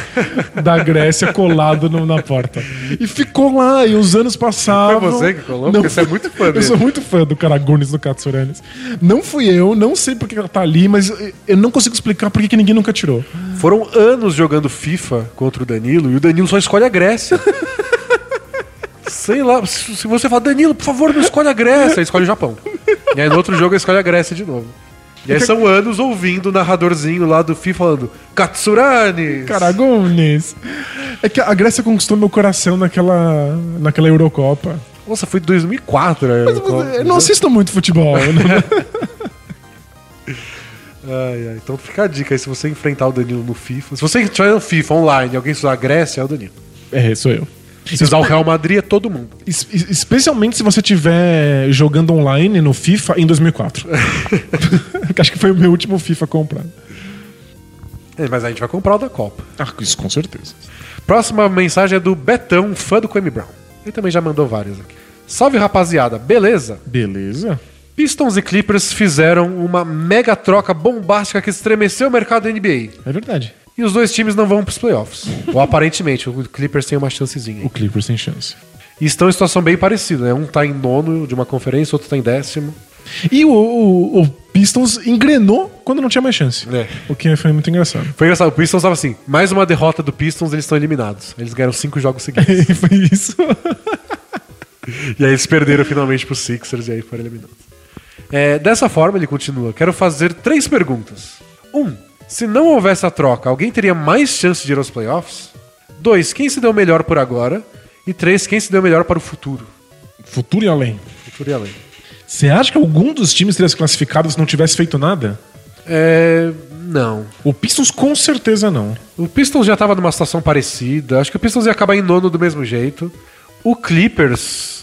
da Grécia colado no- na porta. E ficou lá, e os anos passavam. Foi você que colou? Porque você é muito fã Eu dele. sou muito fã do Caragunes do Katsuranis. Não fui eu, não sei porque ela tá ali, mas eu não consigo explicar por que que ninguém nunca tirou. Foram anos jogando FIFA contra o Danilo e o Danilo só escolhe a <laughs> Grécia. Sei lá, se se você falar, Danilo, por favor, não escolhe a Grécia, aí escolhe o Japão. E aí no outro jogo ele escolhe a Grécia de novo. E aí são anos ouvindo o narradorzinho lá do FIFA falando Katsurani! Caragunes. É que a Grécia conquistou meu coração naquela, naquela Eurocopa. Nossa, foi 2004. a Mas Eurocopa, eu né? não assisto muito futebol. né? Ai, ai, Então fica a dica aí, se você enfrentar o Danilo no FIFA. Se você tiver no FIFA online e alguém usar a Grécia, <laughs> é o Danilo. é, sou eu. Se usar o Real Madrid, é todo mundo. Es- es- Especialmente se você estiver jogando online no FIFA em <laughs> 2004. Que Acho que foi o meu último FIFA comprado. É, mas a gente vai comprar o da Copa. Ah, isso com certeza. Próxima mensagem é do Betão, fã do Kwame Brown. Ele também já mandou várias aqui. Salve rapaziada, beleza? Beleza. Pistons e Clippers fizeram uma mega troca bombástica que estremeceu o mercado da NBA. É verdade. E os dois times não vão pros playoffs. Ou aparentemente, o Clippers tem uma chancezinha. O Clippers tem chance. E estão em situação bem parecida, né? Um tá em nono de uma conferência, outro tá em décimo. E o, o- o Pistons engrenou quando não tinha mais chance. É. O que foi muito engraçado. <laughs> Foi engraçado, o Pistons tava assim, mais uma derrota do Pistons, eles estão eliminados. Eles ganharam cinco jogos <laughs> seguidos. E foi isso. E aí eles perderam finalmente pro Sixers e aí foram eliminados. É, dessa forma, ele continua. Quero fazer três perguntas. Um, se não houvesse a troca, alguém teria mais chance de ir aos playoffs? Dois, quem se deu melhor por agora? E três, quem se deu melhor para o futuro? Futuro e além. Futuro e além. Você acha que algum dos times teria se classificado se não tivesse feito nada? É. Não. O Pistons com certeza não. O Pistons já tava numa situação parecida. Acho que o Pistons ia acabar em nono do mesmo jeito. O Clippers.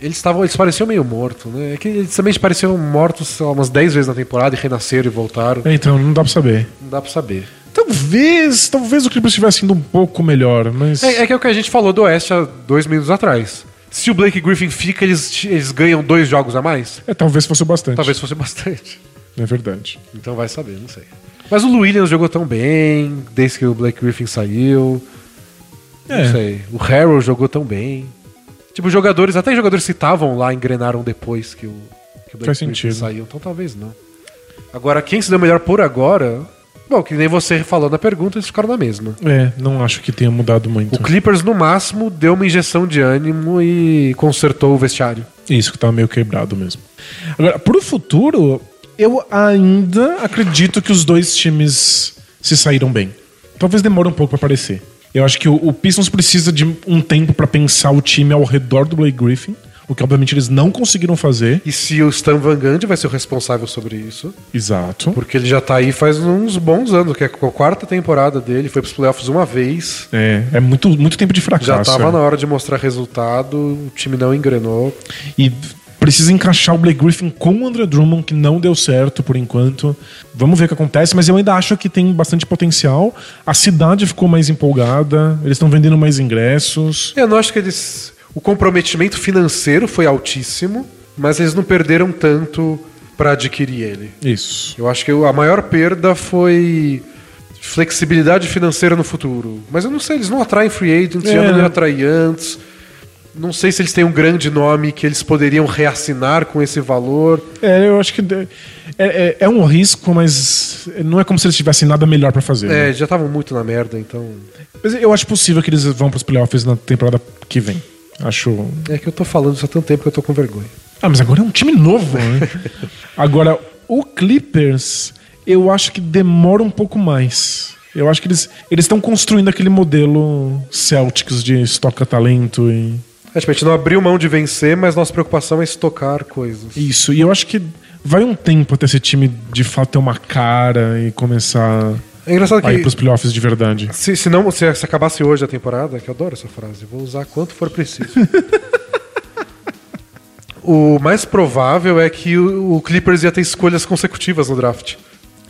Eles, estavam, eles pareciam meio morto, né? É que eles também pareciam mortos sei lá, umas 10 vezes na temporada e renasceram e voltaram. É, Então, não dá pra saber. Não dá pra saber. Talvez, talvez o Clippers tivesse indo um pouco melhor, mas. É, é que é o que a gente falou do Oeste há dois minutos atrás. Se o Blake Griffin fica, eles, eles ganham dois jogos a mais? É, talvez fosse o bastante. Talvez fosse bastante. É verdade. Então vai saber, não sei. Mas o Williams jogou tão bem desde que o Blake Griffin saiu. É. Não sei. O Harold jogou tão bem. Tipo, jogadores, até jogadores que estavam lá engrenaram depois que o, que o Blake Faz Griffin sentido. saiu. Então talvez não. Agora, quem se deu melhor por agora. Bom, que nem você falou na pergunta, eles ficaram na mesma. É, não acho que tenha mudado muito. O Clippers, no máximo, deu uma injeção de ânimo e consertou o vestiário. Isso que tá meio quebrado mesmo. Agora, pro futuro, eu ainda acredito que os dois times se saíram bem. Talvez demore um pouco pra aparecer. Eu acho que o, o Pistons precisa de um tempo pra pensar o time ao redor do Blake Griffin, o que obviamente eles não conseguiram fazer. E se o Stan Van Gundy vai ser o responsável sobre isso, Exato. porque ele já tá aí faz uns bons anos, que é a quarta temporada dele, foi pros playoffs uma vez, É, é muito, muito tempo de fracasso. né? já tava na hora de mostrar resultado, o time não engrenou. E precisa encaixar o Blake Griffin com o André Drummond, que não deu certo por enquanto. Vamos ver o que acontece, mas eu ainda acho que tem bastante potencial. A cidade ficou mais empolgada, eles estão vendendo mais ingressos. É, Eu não acho que eles... O comprometimento financeiro foi altíssimo, mas eles não perderam tanto pra adquirir ele. Isso. Eu acho que a maior perda foi flexibilidade financeira no futuro. Mas eu não sei, eles não atraem free agents, É, já não né? iam atrair antes. Não sei se eles têm um grande nome que eles poderiam reassinar com esse valor. É, eu acho que de- é, é- é um risco, mas não é como se eles tivessem nada melhor pra fazer. né? É, já estavam muito na merda, então. Mas eu acho possível que eles vão pros playoffs na temporada que vem. Acho. É que eu tô falando isso há tanto tempo que eu tô com vergonha. Ah, mas agora é um time novo, <laughs> né? agora, o Clippers, eu acho que demora um pouco mais. Eu acho que eles eles estão construindo aquele modelo Celtics de estoca talento e É, tipo, a gente não abriu mão de vencer, mas nossa preocupação é estocar coisas. isso. E eu acho que vai um tempo até esse time de fato ter uma cara e começar É engraçado a ir que. pros playoffs de verdade. Se, se não, se, se acabasse hoje a temporada, que eu adoro essa frase, vou usar quanto for <laughs> preciso. o mais provável é que o, o Clippers ia ter escolhas consecutivas no draft.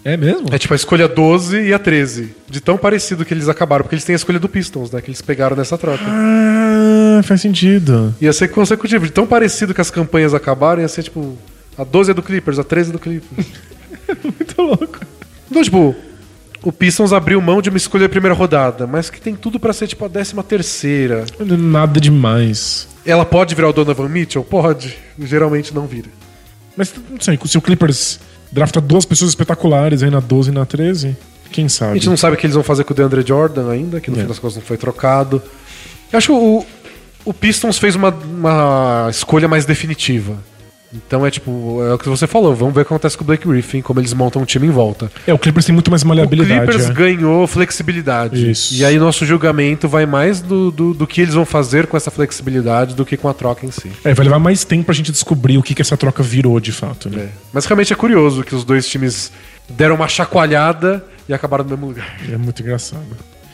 É mesmo? É tipo a escolha 12 e a 13. De tão parecido que eles acabaram, porque eles têm a escolha do Pistons, né? Que eles pegaram nessa troca. Ah, faz sentido. Ia ser consecutivo. De tão parecido que as campanhas acabaram, ia ser tipo. A 12 é do Clippers, a 13 é do Clippers. <laughs> Muito louco. <laughs> Então, tipo, o Pistons abriu mão de uma escolha de primeira rodada, mas que tem tudo pra ser, tipo, a décima terceira. Nada demais. Ela pode virar o Donovan Mitchell? Pode. Geralmente não vira. Mas não sei, se o Clippers drafta duas pessoas espetaculares aí na 12 e na 13, quem A sabe? gente não sabe o que eles vão fazer com o DeAndre Jordan ainda, que no É. fim das contas não foi trocado. Eu acho que o, o Pistons fez uma, uma escolha mais definitiva. Então é tipo, é o que você falou, vamos ver o que acontece com o Blake Griffin, como eles montam um time em volta. É, o Clippers tem muito mais O maleabilidade. Clippers é. ganhou flexibilidade. Isso. E aí nosso julgamento vai mais do, do, do que eles vão fazer com essa flexibilidade do que com a troca em si. É, vai levar mais tempo pra gente descobrir o que, que essa troca virou de fato, né? É. Mas realmente é curioso que os dois times deram uma chacoalhada e acabaram no mesmo lugar. É muito engraçado.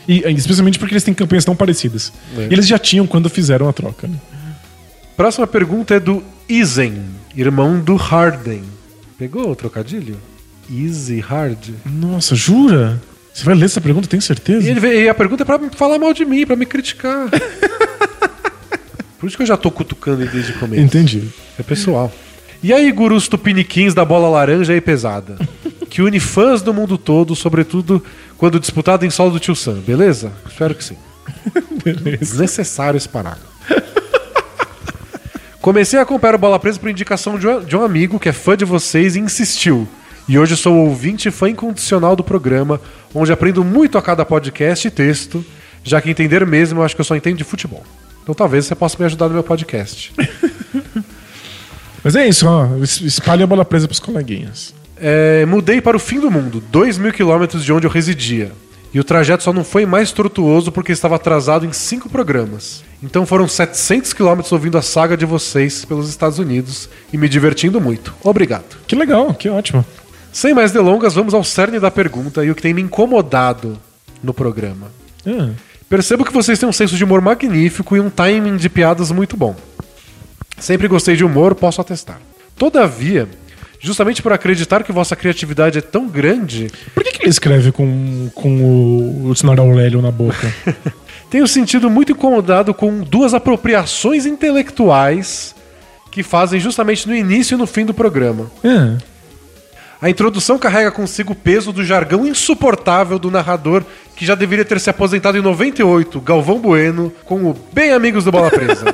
E é, especialmente porque eles têm campanhas tão parecidas. É. E eles já tinham quando fizeram a troca, né? Próxima pergunta é do Isen, irmão do Harden. Pegou o trocadilho? Easy Hard? Nossa, jura? Você vai ler essa pergunta, tem certeza? E, ele veio- e a pergunta é pra falar mal de mim, pra me criticar. Por isso que eu já tô cutucando ele desde o começo. Entendi. É pessoal. E aí, gurus tupiniquins da bola laranja e pesada, que une fãs do mundo todo, sobretudo quando disputado em solo do tio Sam, beleza? Espero que sim. Beleza. Desnecessário esse parágrafo. Comecei a acompanhar o Bola Presa por indicação de um, de um amigo que é fã de vocês e insistiu. E hoje sou ouvinte e fã incondicional do programa, onde aprendo muito a cada podcast e texto, já que entender mesmo eu acho que eu só entendo de futebol. Então talvez você possa me ajudar no meu podcast. Mas é isso, ó. Es- Espalhe a bola presa pros coleguinhas. É, mudei para o fim do mundo, 2 mil quilômetros de onde eu residia. E o trajeto só não foi mais tortuoso porque estava atrasado em cinco programas. Então foram 700 quilômetros ouvindo a saga de vocês pelos Estados Unidos e me divertindo muito. Obrigado. Que legal, que ótimo. Sem mais delongas, vamos ao cerne da pergunta e o que tem me incomodado no programa. Ah, Percebo que vocês têm um senso de humor magnífico e um timing de piadas muito bom. Sempre gostei de humor, posso atestar. Todavia, justamente por acreditar que vossa criatividade é tão grande, Por que, que ele escreve com, com o, o Sinor Aurélio na boca? tenho sentido muito incomodado com duas apropriações intelectuais que fazem justamente no início e no fim do programa. Ah, A introdução carrega consigo o peso do jargão insuportável do narrador que já deveria ter se aposentado em 98, Galvão Bueno, com o Bem Amigos do Bola Presa.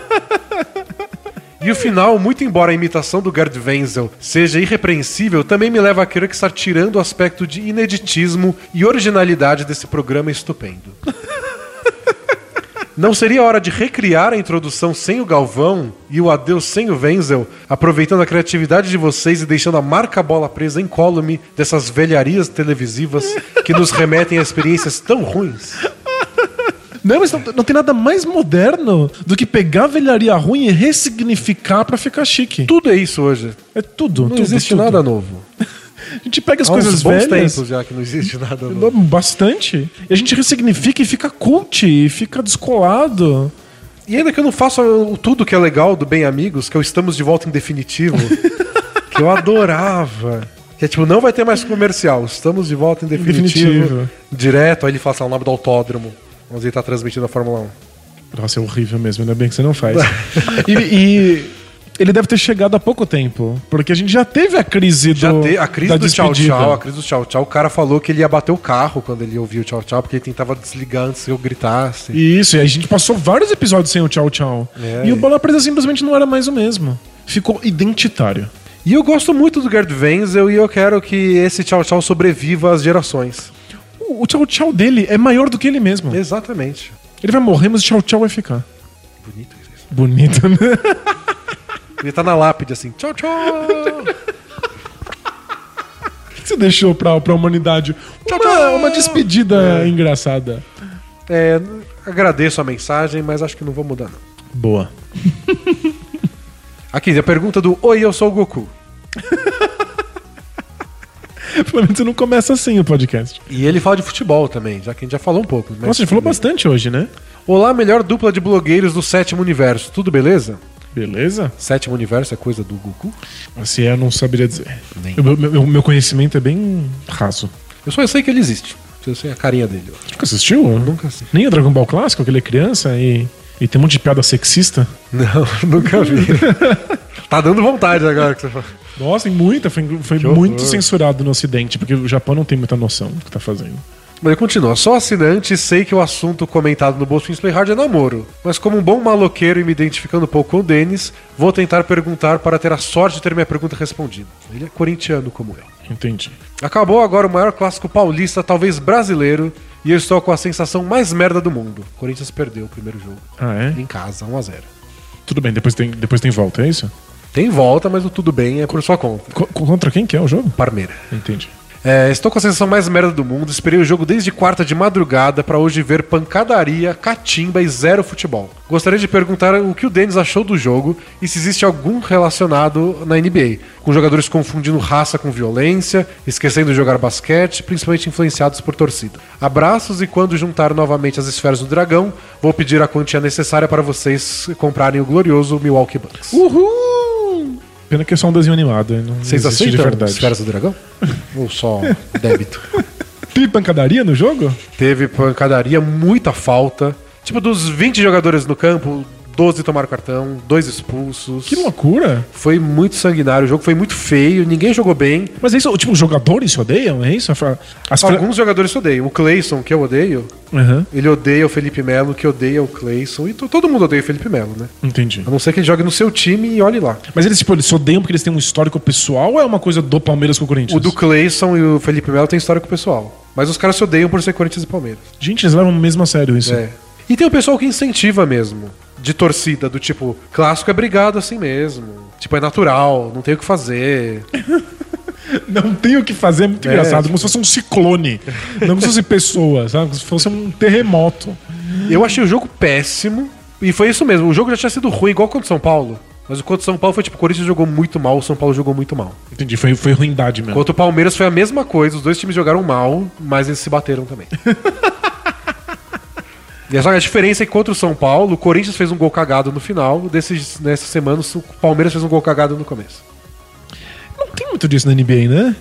E o final, muito embora a imitação do Gerd Wenzel seja irrepreensível, também me leva a crer que está tirando o aspecto de ineditismo e originalidade desse programa estupendo. Não seria hora de recriar a introdução sem o Galvão e o adeus sem o Wenzel, aproveitando a criatividade de vocês e deixando a marca bola presa em colume dessas velharias televisivas que nos remetem a experiências tão ruins? Não, mas não, não tem nada mais moderno do que pegar a velharia ruim e ressignificar pra ficar chique. Tudo é isso hoje. É tudo. Não tudo, existe tudo. nada novo. A gente pega as Há coisas uns bons velhas. tempos já que não existe <laughs> nada novo. Bastante. E a gente ressignifica e fica cult, e fica descolado. E ainda que eu não faça o tudo que é legal do Bem Amigos, que é o Estamos de Volta em <laughs> Definitivo, que eu adorava. Que é tipo, não vai ter mais comercial. Estamos de volta em definitivo. Definitivo. Direto, aí ele fala assim, o nome do autódromo. Onde ele tá transmitindo a Fórmula 1. Nossa, é horrível mesmo, ainda bem que você <laughs> não faz. e, e ele deve ter chegado há pouco tempo, porque a gente já teve a crise do. Já te, a crise da do tchau despedida. tchau, a crise do tchau tchau, o cara falou que ele ia bater o carro quando ele ouviu o tchau tchau, porque ele tentava desligar antes que eu gritasse. E Isso, e a gente passou vários episódios sem o tchau tchau. É. E o Bola Presa simplesmente não era mais o mesmo. Ficou identitário. E eu gosto muito do Gerd Wenzel e eu quero que esse tchau tchau sobreviva às gerações. O, o tchau tchau dele é maior do que ele mesmo. Exatamente. Ele vai morrer, mas o tchau tchau vai ficar. Bonito isso. Bonito, <laughs> né? Ele tá na lápide assim, tchau <laughs> tchau. O que você deixou pra, pra humanidade? Uma, é uma despedida engraçada. É, agradeço a mensagem, mas acho que não vou mudar, não. <laughs> Boa. Aqui, a pergunta do Oi, eu sou o Goku. Pelo menos você não começa assim o podcast. E ele fala de futebol também, já que a gente já falou um pouco. mas- Nossa, a gente falou bastante hoje, né? Olá, melhor dupla de blogueiros do sétimo universo. Tudo beleza? Beleza? Sétimo universo é coisa do Goku? Assim, eu não saberia dizer. Nem. Eu- meu, meu- meu conhecimento é bem raso. Eu só sei que ele existe. Eu sei a carinha dele. <laughs> ó. Nunca assistiu? Nunca assisti. Nem a Dragon Ball Clássico, que ele é criança e, e tem um monte de piada sexista. <laughs> Não, nunca vi. tá dando vontade agora que você fala. Nossa, tem muita. Foi, foi Que muito horror. censurado no Ocidente, porque o Japão não tem muita noção do que tá fazendo. Mas continua, sou assinante e sei que o assunto comentado no Bolsonaro Play Hard é namoro. Mas como um bom maloqueiro e me identificando um pouco com o Denis, vou tentar perguntar para ter a sorte de ter minha pergunta respondida. Ele é corintiano como eu. Entendi. Acabou agora o maior clássico paulista, talvez brasileiro, e eu estou com a sensação mais merda do mundo. Corinthians perdeu o primeiro jogo. Ah, é? Em casa, 1x0. Tudo bem, depois tem, depois tem volta, é isso? Tem volta, mas o tudo bem é por sua conta. Co- contra quem que é o jogo? Parmeira. Entendi. É, estou com a sensação mais merda do mundo. Esperei o jogo desde quarta de madrugada para hoje ver pancadaria, catimba e zero futebol. Gostaria de perguntar o que o Denis achou do jogo e se existe algum relacionado na NBA, com jogadores confundindo raça com violência, esquecendo de jogar basquete, principalmente influenciados por torcida. Abraços e quando juntar novamente as esferas do dragão, vou pedir a quantia necessária para vocês comprarem o glorioso Milwaukee Bucks. Uh! Uhul! Pena que é só um desenho animado. Não não vocês existe aceitam de verdade. esferas do <laughs> dragão? Ou só débito? Teve assim, pancadaria no jogo? Teve pancadaria, muita falta. Tipo, dos 20 jogadores no campo, 12 tomaram cartão, dois expulsos. Que loucura! Foi muito sanguinário, o jogo foi muito feio, ninguém jogou bem. Mas é isso, tipo, os jogadores se odeiam? É isso? As fra- Alguns jogadores odeiam. O Clayson, que eu odeio, Aham, ele odeia o Felipe Melo, que odeia o Clayson. E to- todo mundo odeia o Felipe Melo, né? entendi. A não ser que ele jogue no seu time e olhe lá. Mas eles, tipo, eles se odeiam porque eles têm um histórico pessoal ou é uma coisa do Palmeiras com o Corinthians? O do Clayson e o Felipe Melo tem história com o pessoal. Mas os caras se odeiam por ser Corinthians e Palmeiras. Gente, eles levam mesmo a sério isso. É. E tem o pessoal que incentiva mesmo, de torcida, do tipo, clássico é brigado assim mesmo. Tipo, é natural, não tem o que fazer. <laughs> Não tem o que fazer, é muito É, engraçado. tipo- Como se fosse um ciclone. não como se fosse pessoa, sabe? Como se fosse um terremoto. Eu achei o jogo péssimo, e foi isso mesmo. O jogo já tinha sido ruim, igual contra o São Paulo. Mas o contra o São Paulo foi tipo, o Corinthians jogou muito mal, o São Paulo jogou muito mal. Entendi, foi, foi ruindade mesmo. Contra o Palmeiras foi a mesma coisa, os dois times jogaram mal, mas eles se bateram <laughs> também. E só que a diferença é que contra o São Paulo, o Corinthians fez um gol cagado no final, desses, nessa semana o Palmeiras fez um gol cagado no começo. Não tem muito disso na NBA, né?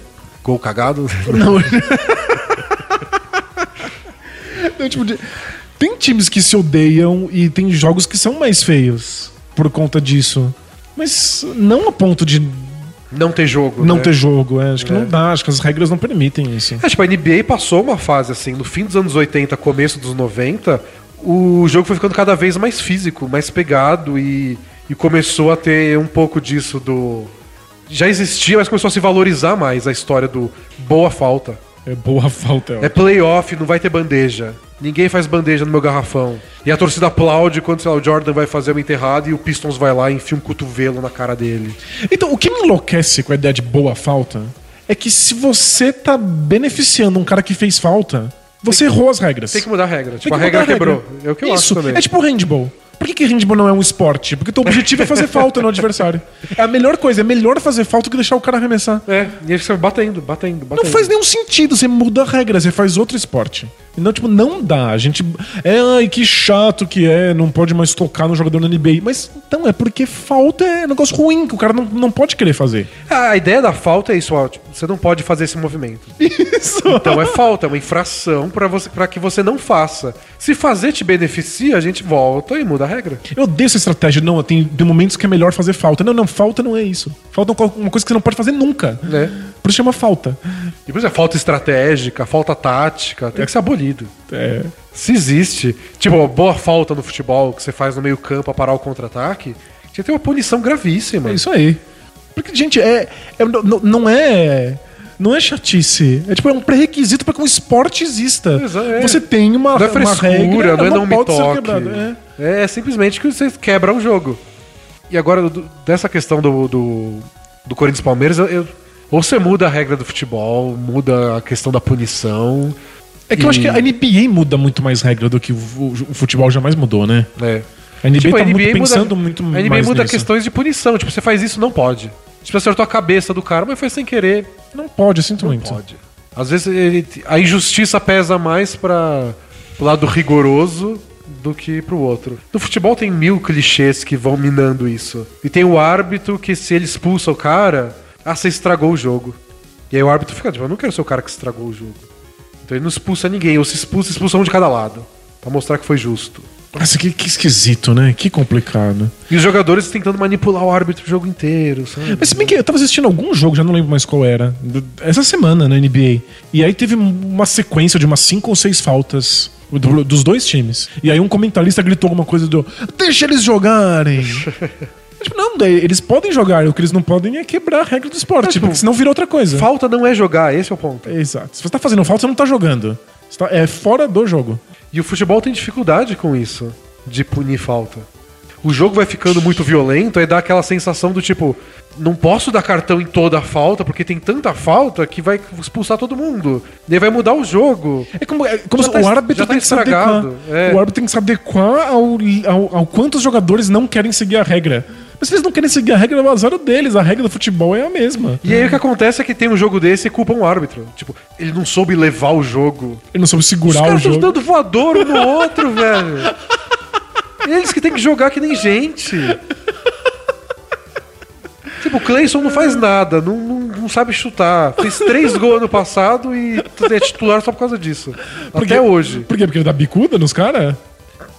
Gol cagado? Não. Não, tipo, de- Tem times que se odeiam e tem jogos que são mais feios por conta disso. Mas não a ponto de Não ter jogo. não né? ter jogo. é. Acho que É. não dá, acho que as regras não permitem isso. É, tipo, a NBA passou uma fase assim, no fim dos anos 80, começo dos 90, o jogo foi ficando cada vez mais físico, mais pegado e, e começou a ter um pouco disso do. Já existia, mas começou a se valorizar mais a história do boa falta. É boa <laughs> falta. É playoff, não vai ter bandeja. Ninguém faz bandeja no meu garrafão. E a torcida aplaude quando, sei lá, o Jordan vai fazer uma enterrada e o Pistons vai lá e enfia um cotovelo na cara dele. Então, o que me enlouquece com a ideia de boa falta é que se você tá beneficiando um cara que fez falta, você errou as regras. Tem que mudar a regra. Tem Tipo, a que regra mudar quebrou. É o que eu acho Isso. também. É tipo handball. Por que, que handball não é um esporte? Porque teu objetivo <laughs> é fazer falta no adversário. É a melhor coisa, é melhor fazer falta do que deixar o cara arremessar. É, e eles ficam batendo, batendo, batendo. Não faz nenhum sentido, você muda a regra, você faz outro esporte. Não, tipo, não dá. A gente. É, ai, que chato que é, não pode mais tocar no jogador da NBA. Mas então, é porque falta é negócio ruim, que o cara não, não pode querer fazer. A ideia da falta é isso, ó. tipo, você não pode fazer esse movimento. Isso. Então é falta, é uma infração pra você, para que você não faça. Se fazer te beneficia, a gente volta e muda a regra. Eu odeio essa estratégia. Não, tem, tem momentos que é melhor fazer falta. Não, não, falta não é isso. Falta é uma coisa que você não pode fazer nunca. É. Por isso chama falta. E por isso é falta estratégica, falta tática, tem que ser abolido. É. Se existe, tipo, uma boa falta no futebol que você faz no meio-campo pra parar o contra-ataque, tinha que ter uma punição gravíssima. É isso aí. Porque, gente, é, é- n- n- não é. Não é chatice. É tipo, é um pré-requisito para que um esporte exista. Exato, é. Você tem uma, Não é uma frescura, não é não me pode ser toque. quebrada, é. É. simplesmente que você quebra o jogo. E agora, do- dessa questão do, do, do Corinthians e Palmeiras, eu- eu- ou você muda a regra do futebol, muda a questão da punição. É que eu E- acho que a NBA muda muito mais regra do que o, o- o futebol jamais mudou, né? né? A NBA Tipo, tá a NBA muito muda- pensando muito A mais NBA muda nisso. questões de punição. Tipo, você faz isso, não pode. Tipo, acertou a cabeça do cara, mas foi sem querer. Não pode, eu sinto muito. Pode. Às vezes ele- a injustiça pesa mais para o lado rigoroso do que pro outro. No futebol tem mil clichês que vão minando isso. E tem o árbitro que se ele expulsa o cara, ah, você estragou o jogo. E aí o árbitro fica tipo, eu não quero ser o cara que estragou o jogo. Então ele não expulsa ninguém, ou se expulsa, expulsa um de cada lado. Pra mostrar que foi justo. Nossa, que, que esquisito, né? Que complicado. E os jogadores tentando manipular o árbitro o jogo inteiro, sabe? Mas se bem que eu tava assistindo algum jogo, já não lembro mais qual era, do- essa semana né, na NBA. E aí teve um, uma sequência de umas cinco ou seis faltas do- dos dois times. E aí um comentarista gritou alguma coisa do Deixa eles jogarem! tipo, não, daí eles podem jogar, o que eles não podem é quebrar a regra do esporte, porque senão vira outra coisa. Falta não é jogar, esse é o ponto. Exato. Se você tá fazendo falta, você não tá jogando. Você tá- é fora do jogo. E o futebol tem dificuldade com isso, de punir falta. O jogo vai ficando muito violento, aí dá aquela sensação do tipo, não posso dar cartão em toda a falta, porque tem tanta falta que vai expulsar todo mundo. E aí vai mudar o jogo. É como, é como Já se tá o es- árbitro já tá tem que se adequar. estragado, é. O árbitro tem que se adequar ao, li- ao, ao quanto os jogadores não querem seguir a regra. Mas se eles não querem seguir a regra, é o azar deles. A regra do futebol é a mesma. E aí o que acontece é que tem um jogo desse e culpam o árbitro. Tipo, ele não soube levar o jogo. Ele não soube Os segurar o caras estão jogo. dando voador um no outro, velho. Eles que tem que jogar que nem gente. Tipo, o Clayson não faz nada, não, não, não sabe chutar. Fez três gols ano passado e é titular só por causa disso. Porque- Até hoje. Por quê? Porque ele dá bicuda nos caras?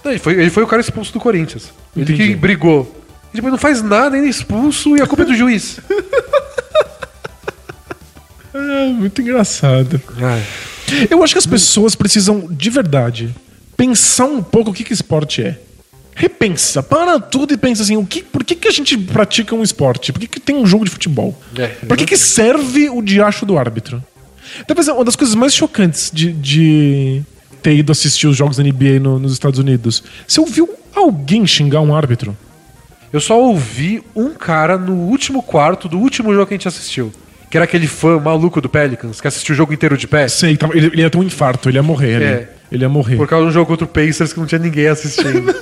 Não, Ele foi, ele foi o cara expulso do Corinthians. Ele Entendi. que brigou. E depois não faz nada, ainda é expulso e a culpa é do juiz. É muito engraçado. Ai, Eu acho que as pessoas precisam, de verdade, pensar um pouco o que, que esporte é. Repensa, para tudo e pensa assim, o que, por que, que a gente pratica um esporte? Por que, que tem um jogo de futebol? É. Por que, que serve o diacho do árbitro? Talvez é uma das coisas mais chocantes de, de ter ido assistir os jogos da NBA no- nos Estados Unidos. Você ouviu alguém xingar um árbitro? Eu só ouvi um cara no último quarto do último jogo que a gente assistiu. Que era aquele fã maluco do Pelicans, que assistiu o jogo inteiro de pé. Sei, tava- ele, ele ia ter um infarto, ele ia morrer. ali. É. Ele ia morrer. Por causa de um jogo contra o Pacers que não tinha ninguém assistindo.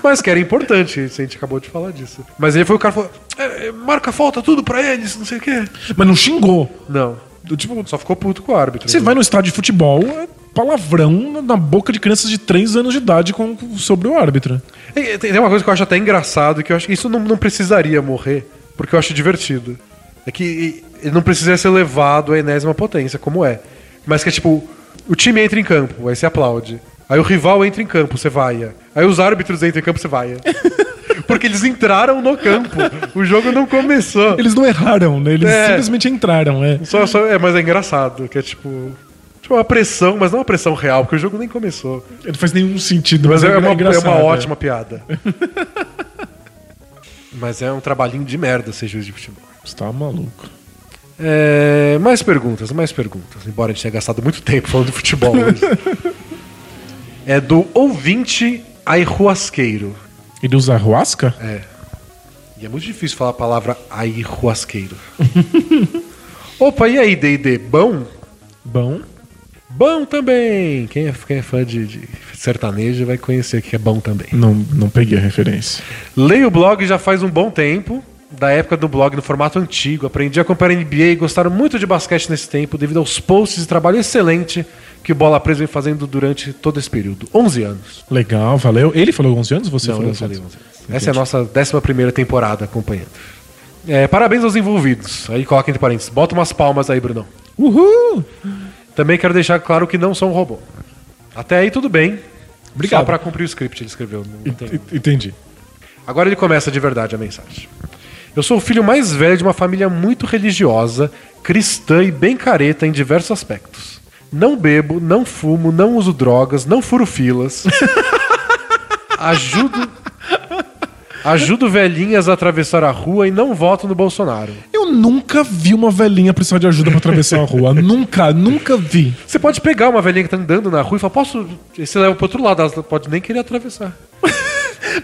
Mas que era importante, isso a gente acabou de falar disso. Mas ele foi o cara que falou: "É, é, marca falta tudo pra eles, não sei o quê. Mas não xingou. Não. Do Tipo, Só ficou puto com o árbitro. Você vai no estádio de futebol, é palavrão na- na boca de crianças de 3 anos de idade com, com- sobre o árbitro. E- Tem tem uma coisa que eu acho até engraçado, que eu acho que isso não, não precisaria morrer, porque eu acho divertido. É que e- ele não precisaria ser levado à enésima potência, como é. Mas que é tipo, o time entra em campo, aí você aplaude. Aí o rival entra em campo, você vaia. Aí os árbitros entram em campo, você vaia. Porque eles entraram no campo. O jogo não começou. Eles não erraram, né? Eles É. simplesmente entraram, é. Só, só- é, mas é engraçado, que é tipo. Tipo, uma pressão, mas não uma pressão real, porque o jogo nem começou. Não faz nenhum sentido, Mas é, uma, é engraçado, uma ótima piada. <laughs> Mas é um trabalhinho de merda ser juiz de futebol. Você tá maluco. É, mais perguntas, mais perguntas. Embora a gente tenha gastado muito tempo falando de futebol <laughs> hoje. é do ouvinte aihuasqueiro. Ele usa arruasca? É. E é muito difícil falar a palavra aihuasqueiro. <laughs> Opa, e aí, D&D? Bom? Bom. Bom também! Quem é, quem é fã de, de sertanejo vai conhecer que é bom também. Não, não peguei a referência. Leio o blog já faz um bom tempo, da época do blog no formato antigo. Aprendi a acompanhar NBA e gostaram muito de basquete nesse tempo, devido aos posts e trabalho excelente que o Bola Presa vem fazendo durante todo esse período. 11 anos. Legal, valeu. Ele falou 11 anos? Você Não, falou eu falei 11 anos. Entendi. Essa é a nossa 11 temporada acompanhando. É, parabéns aos envolvidos. Aí coloca entre parênteses. Bota umas palmas aí, Brunão. Uhul! Também quero deixar claro que não sou um robô. Até aí tudo bem. Obrigado. Só pra cumprir o script ele escreveu. Não tem- Ent- Entendi. Agora ele começa de verdade a mensagem. Eu sou o filho mais velho de uma família muito religiosa, cristã e bem careta em diversos aspectos. Não bebo, não fumo, não uso drogas, não furo filas. ajudo. Ajudo velhinhas a atravessar a rua e não voto no Bolsonaro. Eu nunca vi uma velhinha precisar de ajuda pra atravessar a <laughs> rua. nunca, nunca vi. Você pode pegar uma velhinha que tá andando na rua e falar, posso. E Você leva pro outro lado, ela pode nem querer atravessar.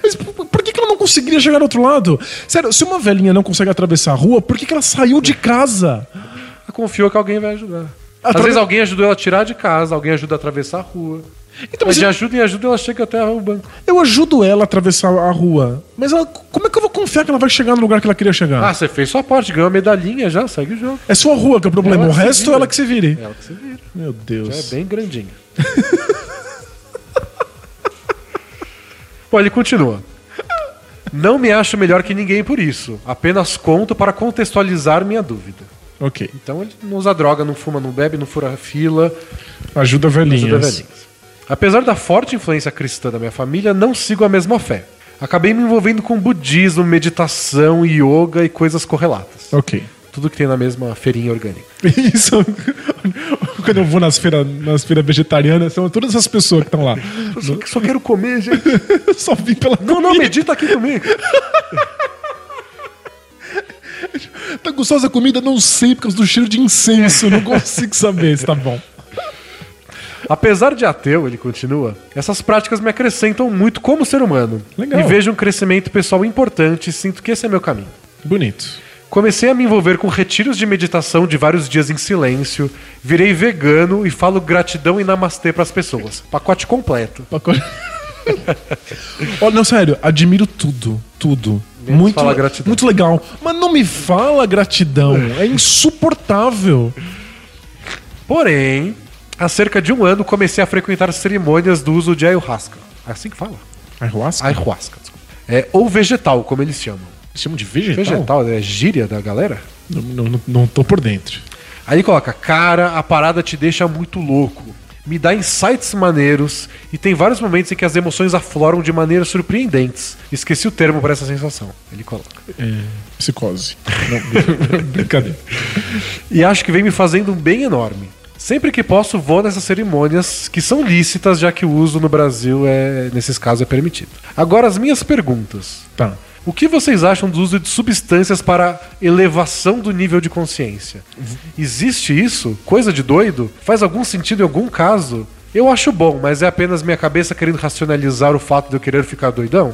Mas por por que, que ela não conseguiria chegar do outro lado? Sério, se uma velhinha não consegue atravessar a rua, por que, que ela saiu de casa? Ela confiou Ah, que alguém vai ajudar. Atrave- Às vezes alguém ajudou ela a tirar de casa, alguém ajuda a atravessar a rua. Então, Mas mas de eu, ajuda em ajuda ela chega até o banco. eu ajudo ela a atravessar a rua, mas ela- como é que eu vou confiar que ela vai chegar no lugar que ela queria chegar? Ah, você fez sua parte, ganhou a medalhinha já, segue o jogo. é sua rua que é o problema, ela o que se resto é vira. ela que se vire. Ela que você vira. Meu Já é Deus. bem grandinha. <laughs> Bom, ele continua. Não me acho melhor que ninguém por isso. Apenas conto para contextualizar minha dúvida. Ok. Então ele não usa droga, não fuma, não bebe, não fura fila, Ajuda velhinhas. ajuda velhinhas. Apesar da forte influência cristã da minha família, não sigo a mesma fé. Acabei me envolvendo com budismo, meditação, yoga e coisas correlatas. Ok. <laughs> Tudo que tem na mesma feirinha orgânica. Isso. <laughs> Quando eu vou nas feiras nas feira vegetarianas, são todas essas pessoas que <laughs> estão lá. Só, só quero comer, gente. Eu só vim pela <laughs> Não, não, medita aqui comigo. Tá gostosa a comida? Não sei, por causa do cheiro de incenso. Não consigo saber se tá bom. Apesar de ateu, ele continua, essas práticas me acrescentam muito como ser humano. Legal. E vejo um crescimento pessoal importante e sinto que esse é meu caminho. Bonito. Comecei a me envolver com retiros de meditação de vários dias em silêncio, virei vegano e falo gratidão e namastê pras pessoas. Pacote completo. Pacote. <laughs> Ó, não, sério, admiro tudo, tudo. Menos muito, falar gratidão. muito legal. Mas não me fala gratidão. É insuportável. Porém, há cerca de um ano comecei a frequentar cerimônias do uso de ayahuasca. É assim que fala? Ayahuasca? Ayahuasca, desculpa. É, ou vegetal, como eles chamam. Chamam de vegetal? Vegetal é gíria da galera? Não, não, não- não tô por dentro. Aí coloca, cara, a parada te deixa muito louco. Me dá insights maneiros e tem vários momentos em que as emoções afloram de maneiras surpreendentes. Esqueci o termo para essa sensação. Ele coloca. É, psicose. Não, <laughs> brincadeira. E acho que vem me fazendo um bem enorme. Sempre que posso, vou nessas cerimônias que são lícitas, já que o uso no Brasil é, nesses casos, é permitido. Agora as minhas perguntas. Tá. O que vocês acham do uso de substâncias para elevação do nível de consciência? Existe isso? Coisa de doido? Faz algum sentido em algum caso? Eu acho bom, mas é apenas minha cabeça querendo racionalizar o fato de eu querer ficar doidão?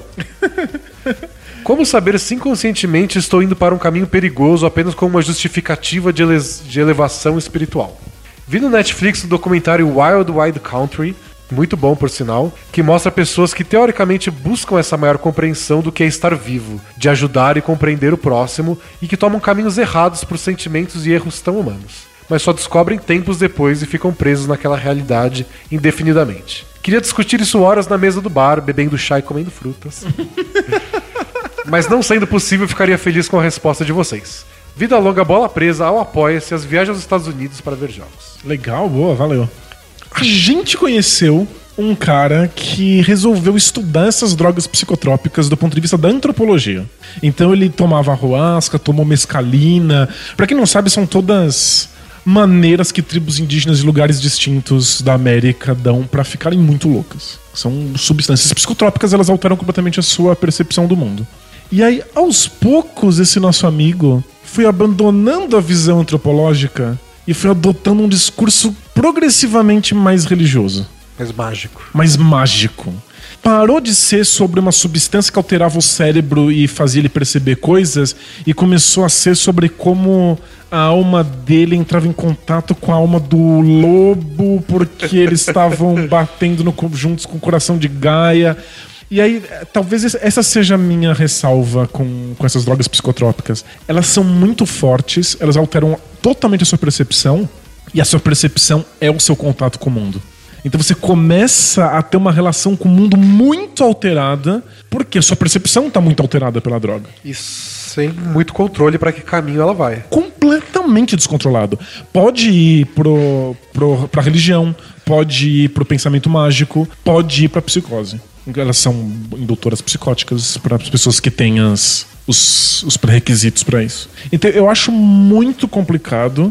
Como saber se inconscientemente estou indo para um caminho perigoso apenas como uma justificativa de, ele- de elevação espiritual? Vi no Netflix o documentário Wild Wild Country, muito bom por sinal, que mostra pessoas que teoricamente buscam essa maior compreensão do que é estar vivo, de ajudar e compreender o próximo e que tomam caminhos errados por sentimentos e erros tão humanos mas só descobrem tempos depois e ficam presos naquela realidade indefinidamente. Queria discutir isso horas na mesa do bar, bebendo chá e comendo frutas. mas não sendo possível, ficaria feliz com a resposta de vocês. Vida longa, bola presa, ao apoia-se, as viagens aos Estados Unidos para ver jogos. Legal, boa, valeu. A gente conheceu um cara que resolveu estudar essas drogas psicotrópicas do ponto de vista da antropologia. Então ele tomava arruasca, tomou mescalina. Pra quem não sabe, são todas maneiras que tribos indígenas de lugares distintos da América dão pra ficarem muito loucas. São substâncias psicotrópicas, elas alteram completamente a sua percepção do mundo. E aí, aos poucos, esse nosso amigo foi abandonando a visão antropológica e foi adotando um discurso progressivamente mais religioso, Mas mágico. mais mágico. Parou de ser sobre uma substância que alterava o cérebro e fazia ele perceber coisas e começou a ser sobre como a alma dele entrava em contato com a alma do lobo porque eles estavam batendo no co- juntos com o coração de Gaia. E aí, eh, talvez es- essa seja a minha ressalva com, com essas drogas psicotrópicas. Elas são muito fortes, elas alteram totalmente a sua percepção, e a sua percepção é o seu contato com o mundo. Então você começa a ter uma relação com o mundo muito alterada, porque a sua percepção está muito alterada pela droga E sem muito controle para que caminho ela vai. completamente descontrolado. Pode ir pro, pro, pra religião, pode ir pro pensamento mágico, pode ir pra psicose. Elas são indutoras psicóticas para as pessoas que têm as, os, os pré-requisitos para isso. Então eu acho muito complicado.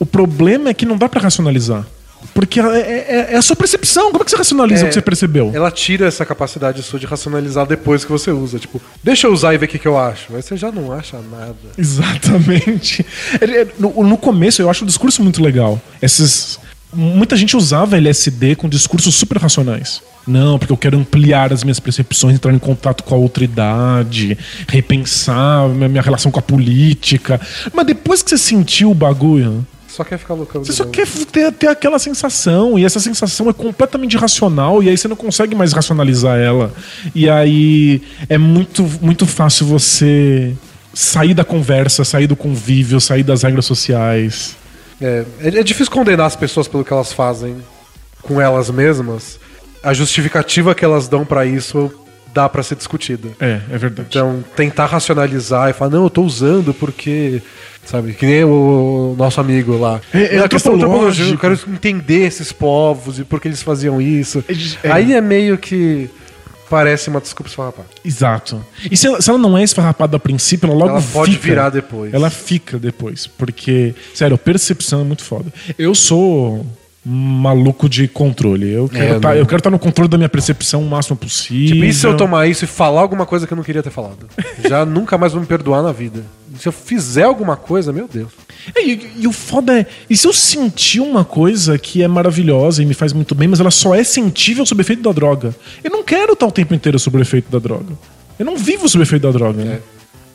O problema é que não dá para racionalizar. Porque é, é- é a sua percepção. Como é que você racionaliza o que você percebeu? Ela tira essa capacidade sua de racionalizar depois que você usa. Tipo, deixa eu usar e ver o que, que eu acho. Mas você já não acha nada. Exatamente. Ele- ele- No, no começo, eu acho o discurso muito legal. Esses, muita gente usava LSD com discursos super racionais. Não, porque eu quero ampliar as minhas percepções, entrar em contato com a outra idade, repensar minha minha relação com a política. Mas depois que você sentiu o bagulho, Só quer ficar loucão. você de só novo. quer ter, ter aquela sensação, e essa sensação é completamente irracional, e aí você não consegue mais racionalizar ela. E aí é muito, muito fácil você sair da conversa, sair do convívio, sair das regras sociais. É, é é difícil condenar as pessoas pelo que elas fazem com elas mesmas. A justificativa que elas dão pra isso dá pra ser discutida. É, é verdade. Então, tentar racionalizar e falar, não, eu tô usando porque Sabe? Que nem o nosso amigo lá. É- é Na questão antropológico. antropológica, Eu quero entender esses povos e por que eles faziam isso. É. Aí é meio que parece uma desculpa pra rapaz. Exato. E se ela, se ela não é esfarrapada a princípio, ela logo Ela pode fica. virar depois. Ela fica depois. Porque, sério, a percepção é muito foda. Eu sou maluco de controle. Eu quero É, tá, né? estar no controle da minha percepção o máximo possível. Tipo, e se eu tomar isso e falar alguma coisa que eu não queria ter falado? Já <laughs> nunca mais vou me perdoar na vida. Se eu fizer alguma coisa, meu Deus. É, e, e o foda é, e se eu sentir uma coisa que é maravilhosa e me faz muito bem, mas ela só é sentível sob o efeito da droga? Eu não quero estar o tempo inteiro sob o efeito da droga. Eu não vivo sob o efeito da droga, É. né?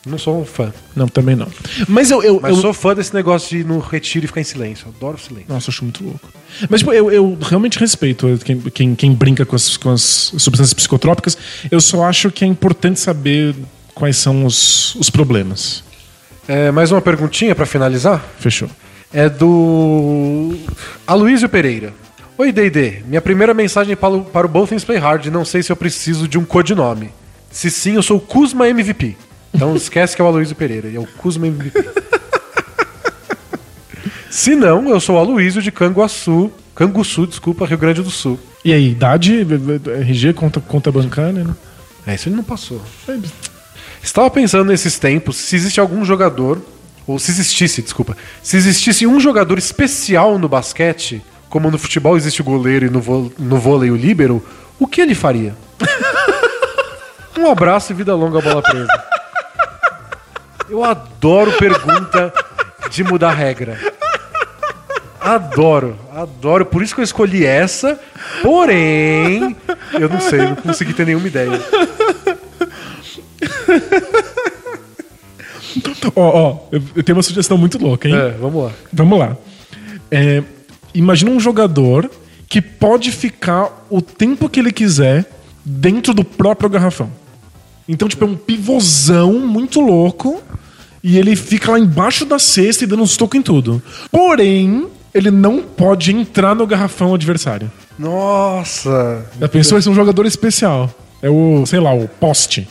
Não sou um fã. Não, também não. Mas eu. eu, Mas eu- sou fã desse negócio de ir no retiro e ficar em silêncio. Eu Adoro o silêncio. Nossa, eu acho muito louco. Mas, tipo, eu, eu realmente respeito quem, quem, quem brinca com as, com as substâncias psicotrópicas. Eu só acho que é importante saber quais são os, os problemas. É, mais uma perguntinha pra finalizar. Fechou. É do Aloysio Pereira. Oi, D&D. Minha primeira mensagem para o, para o Both Things Play Hard. Não sei se eu preciso de um codinome. Se sim, eu sou o Kuzma MVP. Então esquece que é o Aloysio Pereira. E é o Kuzma MVP. se não, eu sou o Aloysio de Canguaçu. Canguçu, desculpa, Rio Grande do Sul. E aí, idade, RG, conta, conta bancária, né? É, isso ele não passou. Estava pensando nesses tempos se existe algum jogador, ou se existisse, desculpa, se existisse um jogador especial no basquete, como no futebol existe o goleiro e no, vô- no vôlei o líbero, o que ele faria? <laughs> um abraço e vida longa, bola presa. Eu adoro pergunta de mudar regra. Adoro, adoro. Por isso que eu escolhi essa, porém, eu não sei, não consegui ter nenhuma ideia. Então, Ó, ó, eu, eu tenho uma sugestão muito louca, hein? É, vamos lá. Vamos lá. É, imagina um jogador que pode ficar o tempo que ele quiser dentro do próprio garrafão. Então, tipo, é um pivôzão muito louco e ele fica lá embaixo da cesta e dando uns tocos em tudo. Porém, ele não pode entrar no garrafão adversário. Nossa! <laughs> Já pensou? Esse é um jogador especial. É o, sei lá, o poste.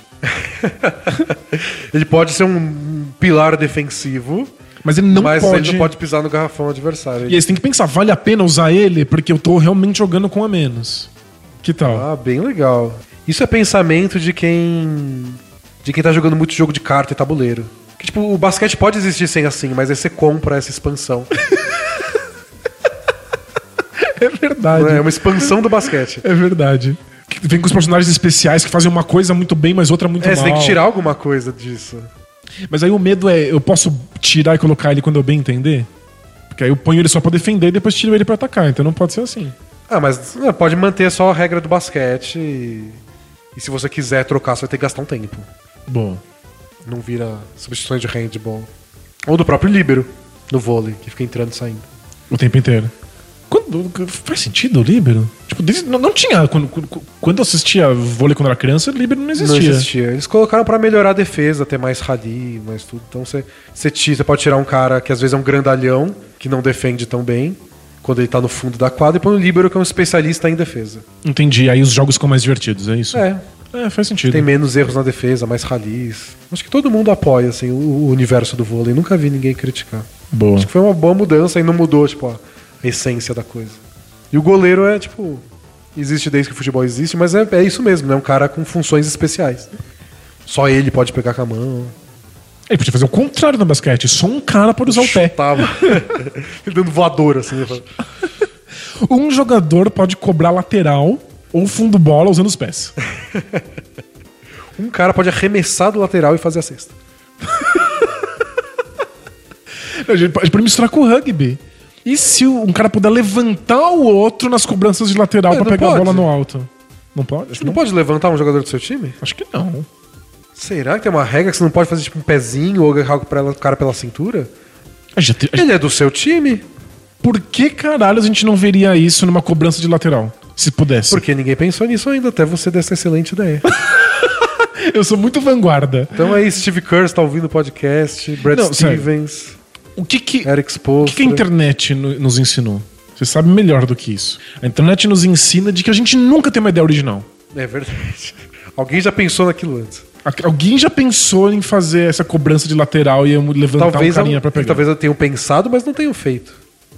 Ele pode ser um pilar defensivo, Mas ele não mas pode... ele não pode pisar no garrafão adversário. E aí você tem que pensar, vale a pena usar ele? Porque eu tô realmente jogando com a menos. Que tal? Ah, bem legal. Isso é pensamento de quem. de quem tá jogando muito jogo de carta e tabuleiro. Que, tipo, o basquete pode existir sem assim, mas aí você compra essa <laughs> expansão. É verdade. né? É uma expansão do basquete. É verdade. Que Vem com os personagens especiais que fazem uma coisa muito bem, mas outra muito É, mal. você tem que tirar alguma coisa disso. Mas aí o medo é, eu posso tirar e colocar ele quando eu bem entender? Porque aí eu ponho ele só pra defender e depois tiro ele pra atacar. Então não pode ser assim. Ah, mas ah, pode manter só a regra do basquete e. E se você quiser trocar, você vai ter que gastar um tempo. Bom. Não vira substituições de handball. Ou do próprio líbero, no vôlei, que fica entrando e saindo. O tempo inteiro. Quando, faz sentido o Líbero? Tipo, desde- não, não tinha. Quando, quando- quando eu assistia vôlei quando era criança, o Líbero não existia. Não existia. Eles colocaram pra melhorar a defesa, ter mais rally, mais tudo. Então você você tira- você pode tirar um cara que às vezes é um grandalhão, que não defende tão bem, quando ele tá no fundo da quadra, e põe um líbero que é um especialista em defesa. Entendi. Aí os jogos ficam mais divertidos, é isso? É, É, faz sentido. tem menos erros na defesa, mais rallies. Acho que todo mundo apoia assim o, o universo do vôlei, nunca vi ninguém criticar. Boa. Acho que foi uma boa mudança e não mudou, tipo, a a essência da coisa. E o goleiro é tipo existe desde que o futebol existe, mas é, é isso mesmo, né? Um cara com funções especiais. Só ele pode pegar com a mão. Ele podia fazer o contrário no basquete. Só um cara pode usar o pé. Chutava. <laughs> Ele dando voador, assim. né? Um jogador pode cobrar lateral ou fundo bola usando os pés. Um cara pode arremessar do lateral e fazer a cesta. A gente pode pode Tipo, misturar com o rugby. E se o- um cara puder levantar o outro nas cobranças de lateral Mas pra não pegar a pode? bola no alto? Não pode? Acho Você que não não. pode levantar um jogador do seu time? Acho que não. Será que tem uma regra que você não pode fazer tipo um pezinho ou agarrar o cara- o cara pela cintura? A gente- a gente- Ele é do seu time? Por que caralho a gente não veria isso numa cobrança de lateral? Se pudesse. Porque ninguém pensou nisso ainda, até você dessa excelente ideia. Eu sou muito vanguarda. Então aí, Steve Kerr está ouvindo o podcast, Brad Não, sério. Stevens, O que que... Eric O Spoelstra. que, é que a internet no- nos ensinou? Você sabe melhor do que isso. A internet nos ensina de que a gente nunca tem uma ideia original. É verdade. Alguém já pensou naquilo antes. a- alguém já pensou em fazer essa cobrança de lateral e eu levantar Talvez, um carinha eu, pra pegar. talvez eu tenha pensado, mas não tenho feito.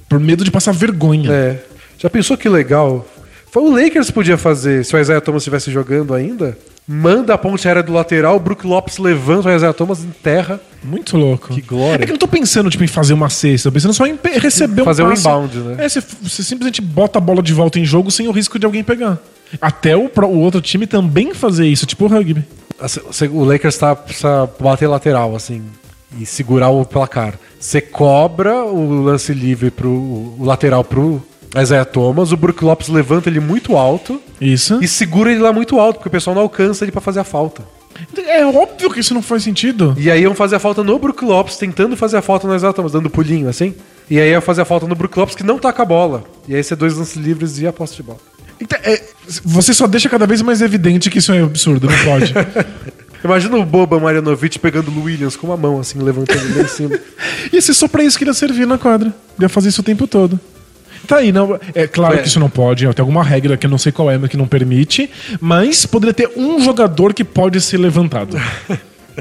Por medo de passar vergonha. É. Já pensou que legal? Foi o Lakers podia fazer, se o Isaiah Thomas estivesse jogando ainda. Manda a ponte aérea do lateral, o Brook Lopes levanta o Isaiah Thomas em terra. Muito louco. Que glória. É que eu não tô pensando tipo, em fazer uma cesta, eu tô pensando só em pe- receber um Fazer um passe. inbound, né? É, você, você simplesmente bota a bola de volta em jogo sem o risco de alguém pegar. Até o, pro- o outro time também fazer isso, tipo o rugby. Assim, você- O Lakers tá, precisa bater lateral, assim, e segurar o placar. Você cobra o lance livre pro. o lateral pro Isaiah Thomas, o Brook Lopes levanta ele muito alto Isso. e segura ele lá muito alto, porque o pessoal não alcança ele pra fazer a falta. É óbvio que isso não faz sentido. E aí iam fazer a falta no Brook Lopes, tentando fazer a falta no Isaiah Thomas, dando pulinho assim. E aí ia fazer a falta no Brook Lopes, que não tá com a bola. E aí ser dois lances livres e a posse de bola. Então, é, você só deixa cada vez mais evidente que isso é um absurdo, não pode. <laughs> Imagina o Boba Marianovic pegando o Williams com uma mão, assim, levantando ele lá em cima. e se só pra isso que ele ia servir na quadra. Ele ia fazer isso o tempo todo. Tá aí, não. É claro É. que isso não pode, tem alguma regra que eu não sei qual é, mas que não permite. Mas poderia ter um jogador que pode ser <laughs> levantado.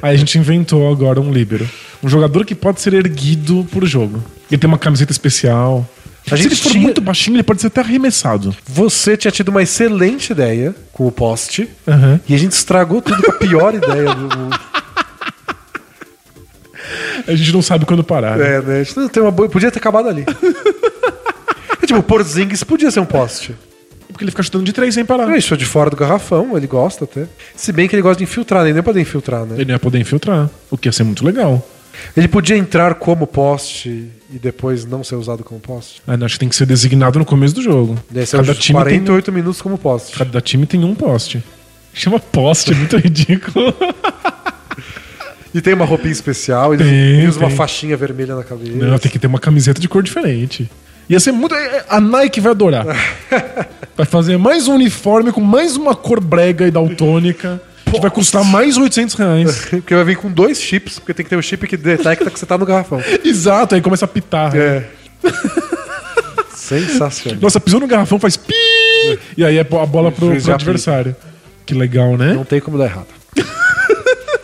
aí a gente inventou agora um líbero. Um jogador que pode ser erguido por jogo. Ele tem uma camiseta especial. A se gente ele for tinha- muito baixinho, ele pode ser até arremessado. Você tinha tido uma excelente ideia com o poste. Aham. E a gente estragou tudo com a pior <laughs> ideia do mundo. A gente não sabe quando parar. né? É, né? A gente não tem uma boa... Podia ter acabado ali. <laughs> É tipo, o Porzingis podia ser um poste. Porque ele fica chutando de três sem parar. Ah, Isso é de fora do garrafão, ele gosta até. Se bem que ele gosta de infiltrar, nem deu pra infiltrar, né? Ele não ia poder infiltrar, o que ia ser muito legal. Ele podia entrar como poste e depois não ser usado como poste? Ah, não, Acho que tem que ser designado no começo do jogo. Deve Cada time, tem, 48 minutos como poste. cada time tem um poste. Chama poste, é <laughs> muito ridículo. E tem uma roupinha especial, ele Tem, usa uma tem. faixinha vermelha na cabeça. não, tem que ter uma camiseta de cor diferente. Ia ser muito. é, é, A Nike <laughs> vai adorar. Vai fazer mais um uniforme com mais uma cor brega e daltônica. Que vai custar mais 800 <laughs> reais. <laughs> Porque vai vir com dois chips, porque tem que ter o chip que detecta que você tá no garrafão. Exato, aí começa a pitar. É. <laughs> Sensacional. Nossa, pisou no garrafão, faz pi! E aí é a bola pro, Juiz pro já adversário. Que legal, né? Não tem como dar errado.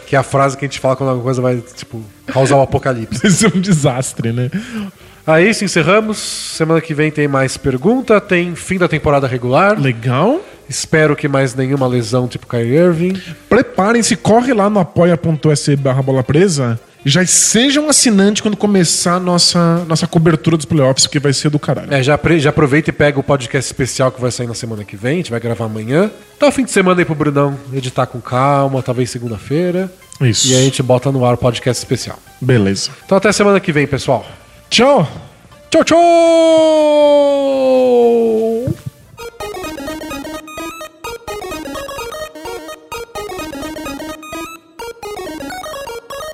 que é a frase que a gente fala quando alguma coisa vai, tipo, causar um apocalipse. <laughs> Isso é um desastre, né? É isso, encerramos. Semana que vem tem mais pergunta, tem fim da temporada regular. Legal. Espero que mais nenhuma lesão tipo Kyrie Irving. Preparem-se, corre lá no apoia.se barra bola presa e já seja um assinante quando começar a nossa, nossa cobertura dos playoffs, que vai ser do caralho. É, já, apre- já aproveita e pega o podcast especial que vai sair na semana que vem, a gente vai gravar amanhã. Dá o fim de semana aí pro Brunão editar com calma, talvez segunda-feira. É. Isso. E aí a gente bota no ar o podcast especial. Beleza. Então até semana que vem, pessoal. Tchau. Tchau, tchau!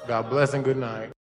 God bless and good night.